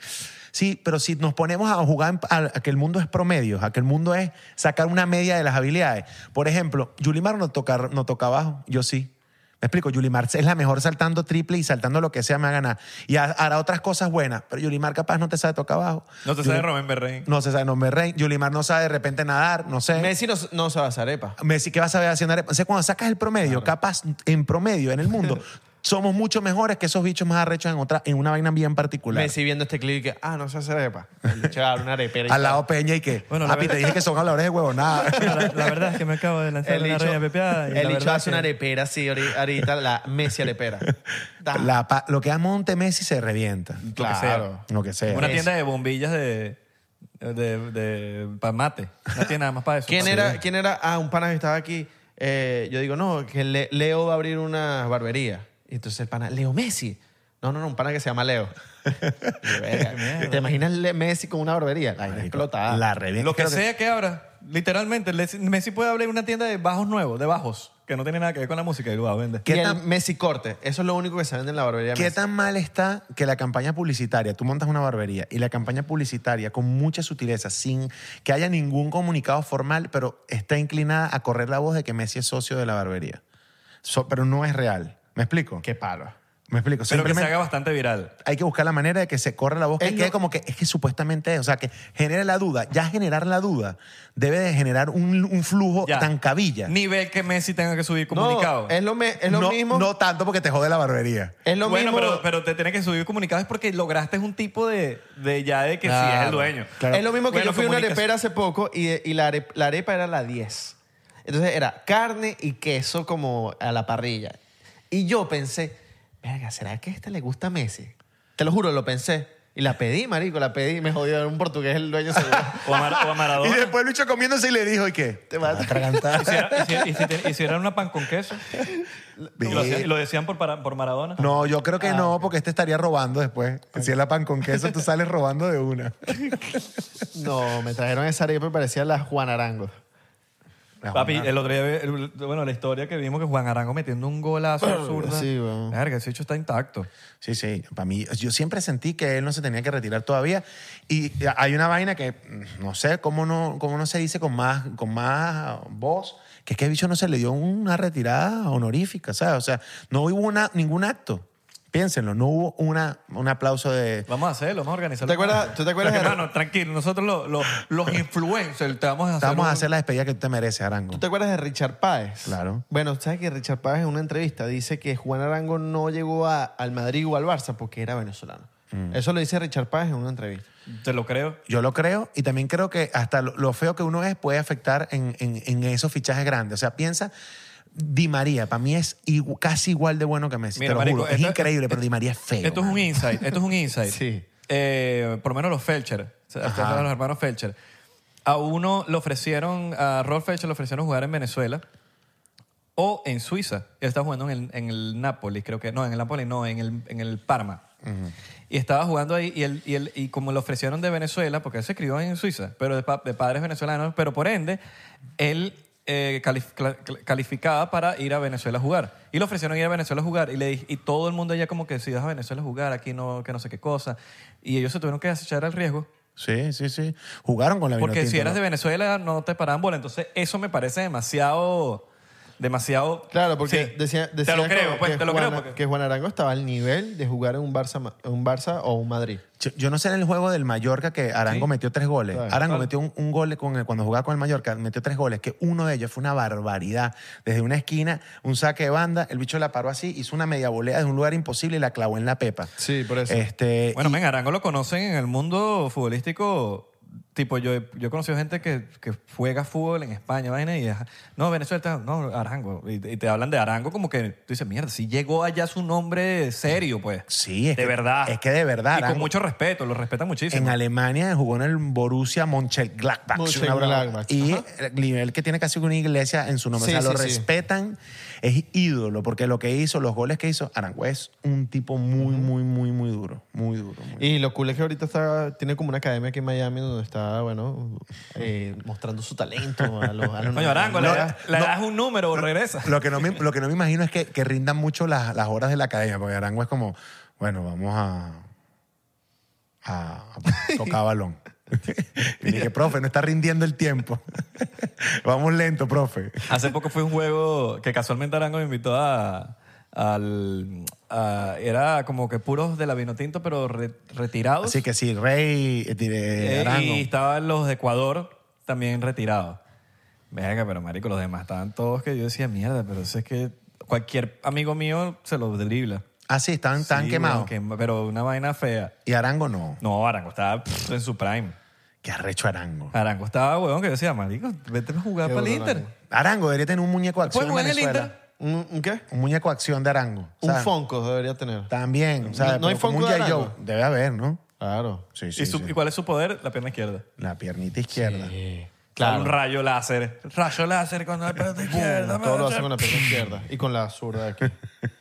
C: sí, pero si nos ponemos a jugar en- a, a que el mundo es promedio, a que el mundo es sacar una media de las habilidades. Por ejemplo, Yulimar no, tocar, no toca bajo, yo sí. Me explico, Yulimar es la mejor saltando triple y saltando lo que sea me va a ganar. Y ha- hará otras cosas buenas, pero Yulimar capaz no te sabe tocar abajo.
A: No te
C: Yuli-
A: sabe Rubén Berrein.
C: No se sabe nombre rey. Yulimar no sabe de repente nadar, no sé.
B: Messi no, no se va a hacer arepa.
C: Messi, ¿qué vas a ver haciendo arepa? O sea, cuando sacas el promedio, capaz en promedio en el mundo, somos mucho mejores que esos bichos más arrechos en, otra, en una vaina bien particular.
B: Messi viendo este clip y que, ah, no se hace arepa. Le echa una arepera. y
C: Al
B: tal.
C: lado Peña y que,
A: Bueno, la
C: papi, te
A: verdad-
C: dije que son habladores de huevonada.
A: La, la verdad es que me acabo de lanzar
B: El
A: una
B: bicho,
A: reina pepeada. y la
B: el bicho
A: verdad
B: hace
A: que-
B: una arepera así ahori- ahorita, la Messi arepera. Ta-
C: La pa- lo que a Monte Messi se revienta.
B: claro.
C: Lo que sea.
A: Una tienda de bombillas de, de, de para mate. No tiene nada más para eso.
B: ¿Quién era? ¿Quién era? Ah, un pana que estaba aquí. Eh, yo digo, no, que Le- Leo va a abrir una barbería. Y entonces el pana, Leo Messi. No, no, no, un pana que se llama Leo. Y yo, verga, ¿Te imaginas Le- Messi con una barbería? La vaina explota.
C: La revienta.
A: Lo que
C: Creo
A: sea que abra, literalmente, Messi- Messi puede abrir una tienda de bajos nuevos, de bajos, que no tiene nada que ver con la música ah, y lo va a vender.
B: Y
C: ¿Qué
B: el
C: tan-
B: Messi corte. Eso es lo único que se vende en la barbería. de
C: ¿Qué
B: Messi.
C: tan mal está que la campaña publicitaria, tú montas una barbería y la campaña publicitaria con mucha sutileza, sin que haya ningún comunicado formal, pero está inclinada a correr la voz de que Messi es socio de la barbería? So- pero no es real. ¿Me explico?
B: Qué palo.
C: Me explico.
A: Pero que se
C: Simplemente
A: haga bastante viral.
C: hay que buscar la manera de que se corra la voz, que
B: Es
C: quede
B: lo-
C: como que es que supuestamente es, o sea, que genere la duda. Ya generar la duda debe de generar un, un flujo
A: Ya.
C: tan cabilla.
A: Nivel que Messi tenga que subir
B: No,
A: comunicado.
B: es lo, me- es lo
C: no,
B: mismo.
C: no tanto porque te jode la barbería.
B: es lo
A: bueno,
B: mismo.
A: pero, pero te tiene que subir comunicados porque lograste un tipo de, de ya de que sí
B: Claro,
A: es el dueño.
B: Es lo mismo que
A: Bueno,
B: yo fui a una
A: comunicas-
B: arepera hace poco y, y la, are- la arepa era la 10. Entonces era carne y queso como a la parrilla. Y yo pensé, verga, ¿será que a esta le gusta a Messi? Te lo juro, lo pensé. Y la pedí, marico, la pedí. Me jodió era un portugués el dueño seguro.
A: O a, Mar- o a
C: Y
A: Maradona.
C: después Lucho comiéndose y le dijo, ¿y qué? Te vas a atragantar.
A: Hiciera- hici- y si te- hicieran una pan con queso. Y lo, hacían- y lo decían por, para- por Maradona.
C: No, yo creo
A: Ah,
C: que no, porque este estaría robando después. Si es la pan con queso, tú sales robando de una.
B: no, me trajeron esa arepa y parecía la Juan Arango.
A: Papi, el otro día, vi- el- bueno, la historia que vimos que Juan Arango metiendo un golazo absurdo.
B: Sí, weón.
A: Verga, ese hecho está intacto.
C: Sí, sí. Para mí, yo siempre sentí que él no se tenía que retirar todavía. Y hay una vaina que mm, no sé cómo no, cómo no se dice con más, con más voz, que es que el bicho no se le dio una retirada honorífica, ¿sabes? O sea, no hubo una, ningún acto. Piénsenlo, no hubo una, un aplauso de.
A: Vamos a hacerlo, vamos a organizarlo.
B: ¿Te acuerdas- tú te acuerdas
A: Pero que,
B: de-
A: Hermano, tranquilo, nosotros los, los, los influencers te vamos a hacer.
C: Vamos a
A: un-
C: hacer la despedida que tú te mereces, Arango.
B: ¿Tú te acuerdas de Richard Páez?
C: Claro.
B: Bueno, ¿sabes que Richard Páez en una entrevista dice que Juan Arango no llegó a- al Madrid o al Barça porque era venezolano? Eso lo dice Richard Páez en una entrevista.
A: Te lo creo.
C: Yo lo creo y también creo que hasta lo, lo feo que uno es puede afectar en, en- en esos fichajes grandes. O sea, piensa, Di María, para mí es igu- casi igual de bueno que Messi,
A: Mira,
C: te lo
A: marico,
C: juro. es
A: esto-
C: increíble, pero Di María es feo.
A: Esto es un
C: mano.
A: insight, esto es un insight.
B: Sí.
A: Eh, por lo menos los Felcher, o sea,
C: Ajá.
A: los hermanos Felcher. A uno le ofrecieron, a Rolf Felcher le ofrecieron jugar en Venezuela o en Suiza. Él estaba jugando en el, en el Nápoles, creo que. No, en el Nápoles no, en el, en el Parma. Y estaba jugando ahí y, él, y, él- y como le ofrecieron de Venezuela, porque él se crió en Suiza, pero de, pa- de padres venezolanos, pero por ende, él eh, calif- cla- cla- calificaba para ir a Venezuela a jugar. Y le ofrecieron ir a Venezuela a jugar y, le, di- y todo el mundo ya como que si vas a Venezuela a jugar, aquí no, que no sé qué cosa. Y ellos se tuvieron que echar al riesgo.
C: Sí, sí, sí. Jugaron con la
A: Porque si
C: Vinotinto,
A: eras
C: ¿no?
A: de Venezuela no te paraban bola. Entonces eso me parece demasiado... Demasiado...
B: Claro, porque
A: Sí.
B: decía,
A: te lo
B: decían
A: creo,
B: como
A: pues,
B: que
A: te lo
B: Juan,
A: creo. porque-
B: que Juan Arango estaba al nivel de jugar en un Barça, ma- un Barça o un Madrid.
C: Yo, yo no sé en el juego del Mallorca que Arango metió tres goles.
B: Claro.
C: Arango metió un, un gol con el- cuando jugaba con el Mallorca, metió tres goles, que uno de ellos fue una barbaridad. Desde una esquina, un saque de banda, el bicho la paró así, hizo una media volea de un lugar imposible y la clavó en la pepa.
B: Sí, por eso.
C: Este,
A: Bueno,
C: y-
A: men, Arango lo conocen en el mundo futbolístico. Tipo, yo, he- yo he conocido gente que, que juega fútbol en España, vaina, y es, no, Venezuela, tal, no, Arango. Y, te- y te hablan de Arango como que tú dices, mierda, si llegó allá su nombre serio, pues.
C: Sí, es
A: De
C: que-
A: verdad.
C: es que de verdad,
A: Y
C: Arango-
A: con mucho respeto, lo respetan muchísimo.
C: En Alemania jugó en el Borussia Mönchengladbach.
B: Mönchengladbach,
C: Y
B: ajá.
C: el nivel que tiene casi una iglesia en su nombre.
B: Sí,
C: o sea, lo
B: sí, sí.
C: respetan. Es ídolo, porque lo que hizo, los goles que hizo, Arango es un tipo muy, muy, muy, muy duro. Muy duro. muy duro.
B: Y lo cool es que ahorita está, tiene como una academia aquí en Miami donde está, bueno, eh, mostrando su talento a los, a los-
A: Coño, Arango,
B: No,
A: le, le das un número, regresa.
C: Lo, que no me, lo que no me imagino es que, que rindan mucho las, las horas de la academia, porque Arango es como, bueno, vamos a, a, a tocar balón. y dije, profe, no está rindiendo el tiempo. vamos lento, profe.
A: Hace poco fue un juego que casualmente Arango me invitó a, al a- era como que puros de la Vinotinto, pero re- retirados.
C: Así que sí, Rey eh,
A: Eh,
C: dire-
A: y
C: Arango.
A: estaban los de Ecuador también retirados. Verga, pero marico, los demás estaban todos que yo decía, mierda, pero eso es que cualquier amigo mío se lo dribla.
C: Ah, sí, estaban tan
A: Sí,
C: quemados.
A: bueno, quem- pero una vaina fea.
C: Y Arango no.
A: No, Arango estaba pff, en su prime.
C: Qué arrecho Arango.
B: Ah.
A: Arango estaba, weón, que yo decía, marico, vete a jugar
B: Qué
A: para el
B: duro,
A: Inter.
B: Arango.
C: Arango debería tener un muñeco de acción
A: Fue
C: en
A: bueno en el
C: Venezuela.
B: ¿Un, un qué?
C: Un muñeco de acción de Arango.
B: Un
C: ¿sabes?
B: Fonco debería tener.
C: También. ¿sabes?
B: ¿No hay
C: Pero como
B: Funko
C: un
B: de
C: G.I. Joe.
B: Arango?
C: Debe haber, ¿no?
B: Claro.
C: Sí, sí,
A: ¿Y, su-
C: sí.
A: ¿Y cuál es su poder? La pierna izquierda.
C: La piernita izquierda.
B: Claro.
A: Un rayo láser. Rayo láser con la pierna izquierda.
B: Todo lo hace con
A: mano.
B: la pierna izquierda y con la zurda de aquí.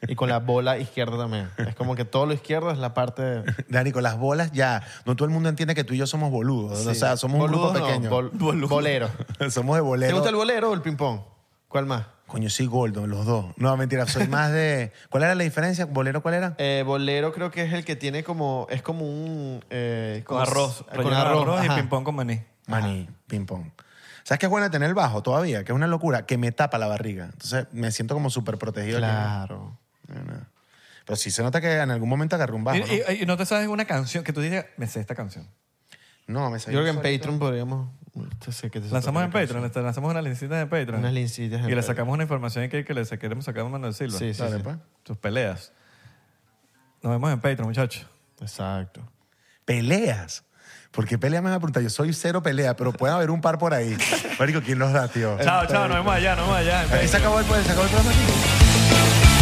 B: Y con la bola izquierda también. Es como que todo lo izquierdo es la parte.
C: Dani, con las bolas ya. No todo el mundo entiende que tú y yo somos boludos. O sea, somos
B: Boludos,
C: un grupo
B: no,
C: pequeño.
B: bol- bolero.
C: somos de bolero.
B: ¿Te gusta el bolero o el ping-pong? ¿Cuál más?
C: Coño, soy Goldo, los dos. No, mentira, soy más de. ¿Cuál era la diferencia? ¿Bolero cuál era?
B: Eh, bolero creo que es el que tiene como. Es como un. eh,
A: Con
B: como-
A: arroz.
B: Con
A: Relleno de
B: arroz.
A: arroz
B: ajá.
A: y ping-pong con maní.
C: Maní, ping-pong. ¿Sabes qué es bueno tener el bajo todavía? Que es una locura, que me tapa la barriga. Entonces me siento como súper protegido.
B: Claro.
C: Pero sí se nota que en algún momento agarré un bajo.
A: Y-
C: ¿no?
A: y- y, no te sabes una canción que tú digas, me sé esta canción.
C: No, me salió
B: Yo creo que en
C: solito.
B: Patreon podríamos. Esto sí que te-
A: Lanzamos en Patreon, te lanzamos una lincita de Patreon.
B: Unas lincitas en
A: Y le
B: Patreon.
A: sacamos una información que, que le queremos sacar a Manuel Silva.
B: Sí, sí,
C: Dale,
B: sí.
C: pues.
A: Sus peleas. Nos vemos en Patreon, muchachos.
B: pues. Exacto.
C: Peleas. Porque pelea me van a preguntar, yo soy cero pelea, pero puede haber un par por ahí. Marico, ¿quién los da, tío?
A: Chao, chao, nos vemos allá, nos vemos allá. en
C: Ahí se acabó el, pues, se acabó el programa aquí.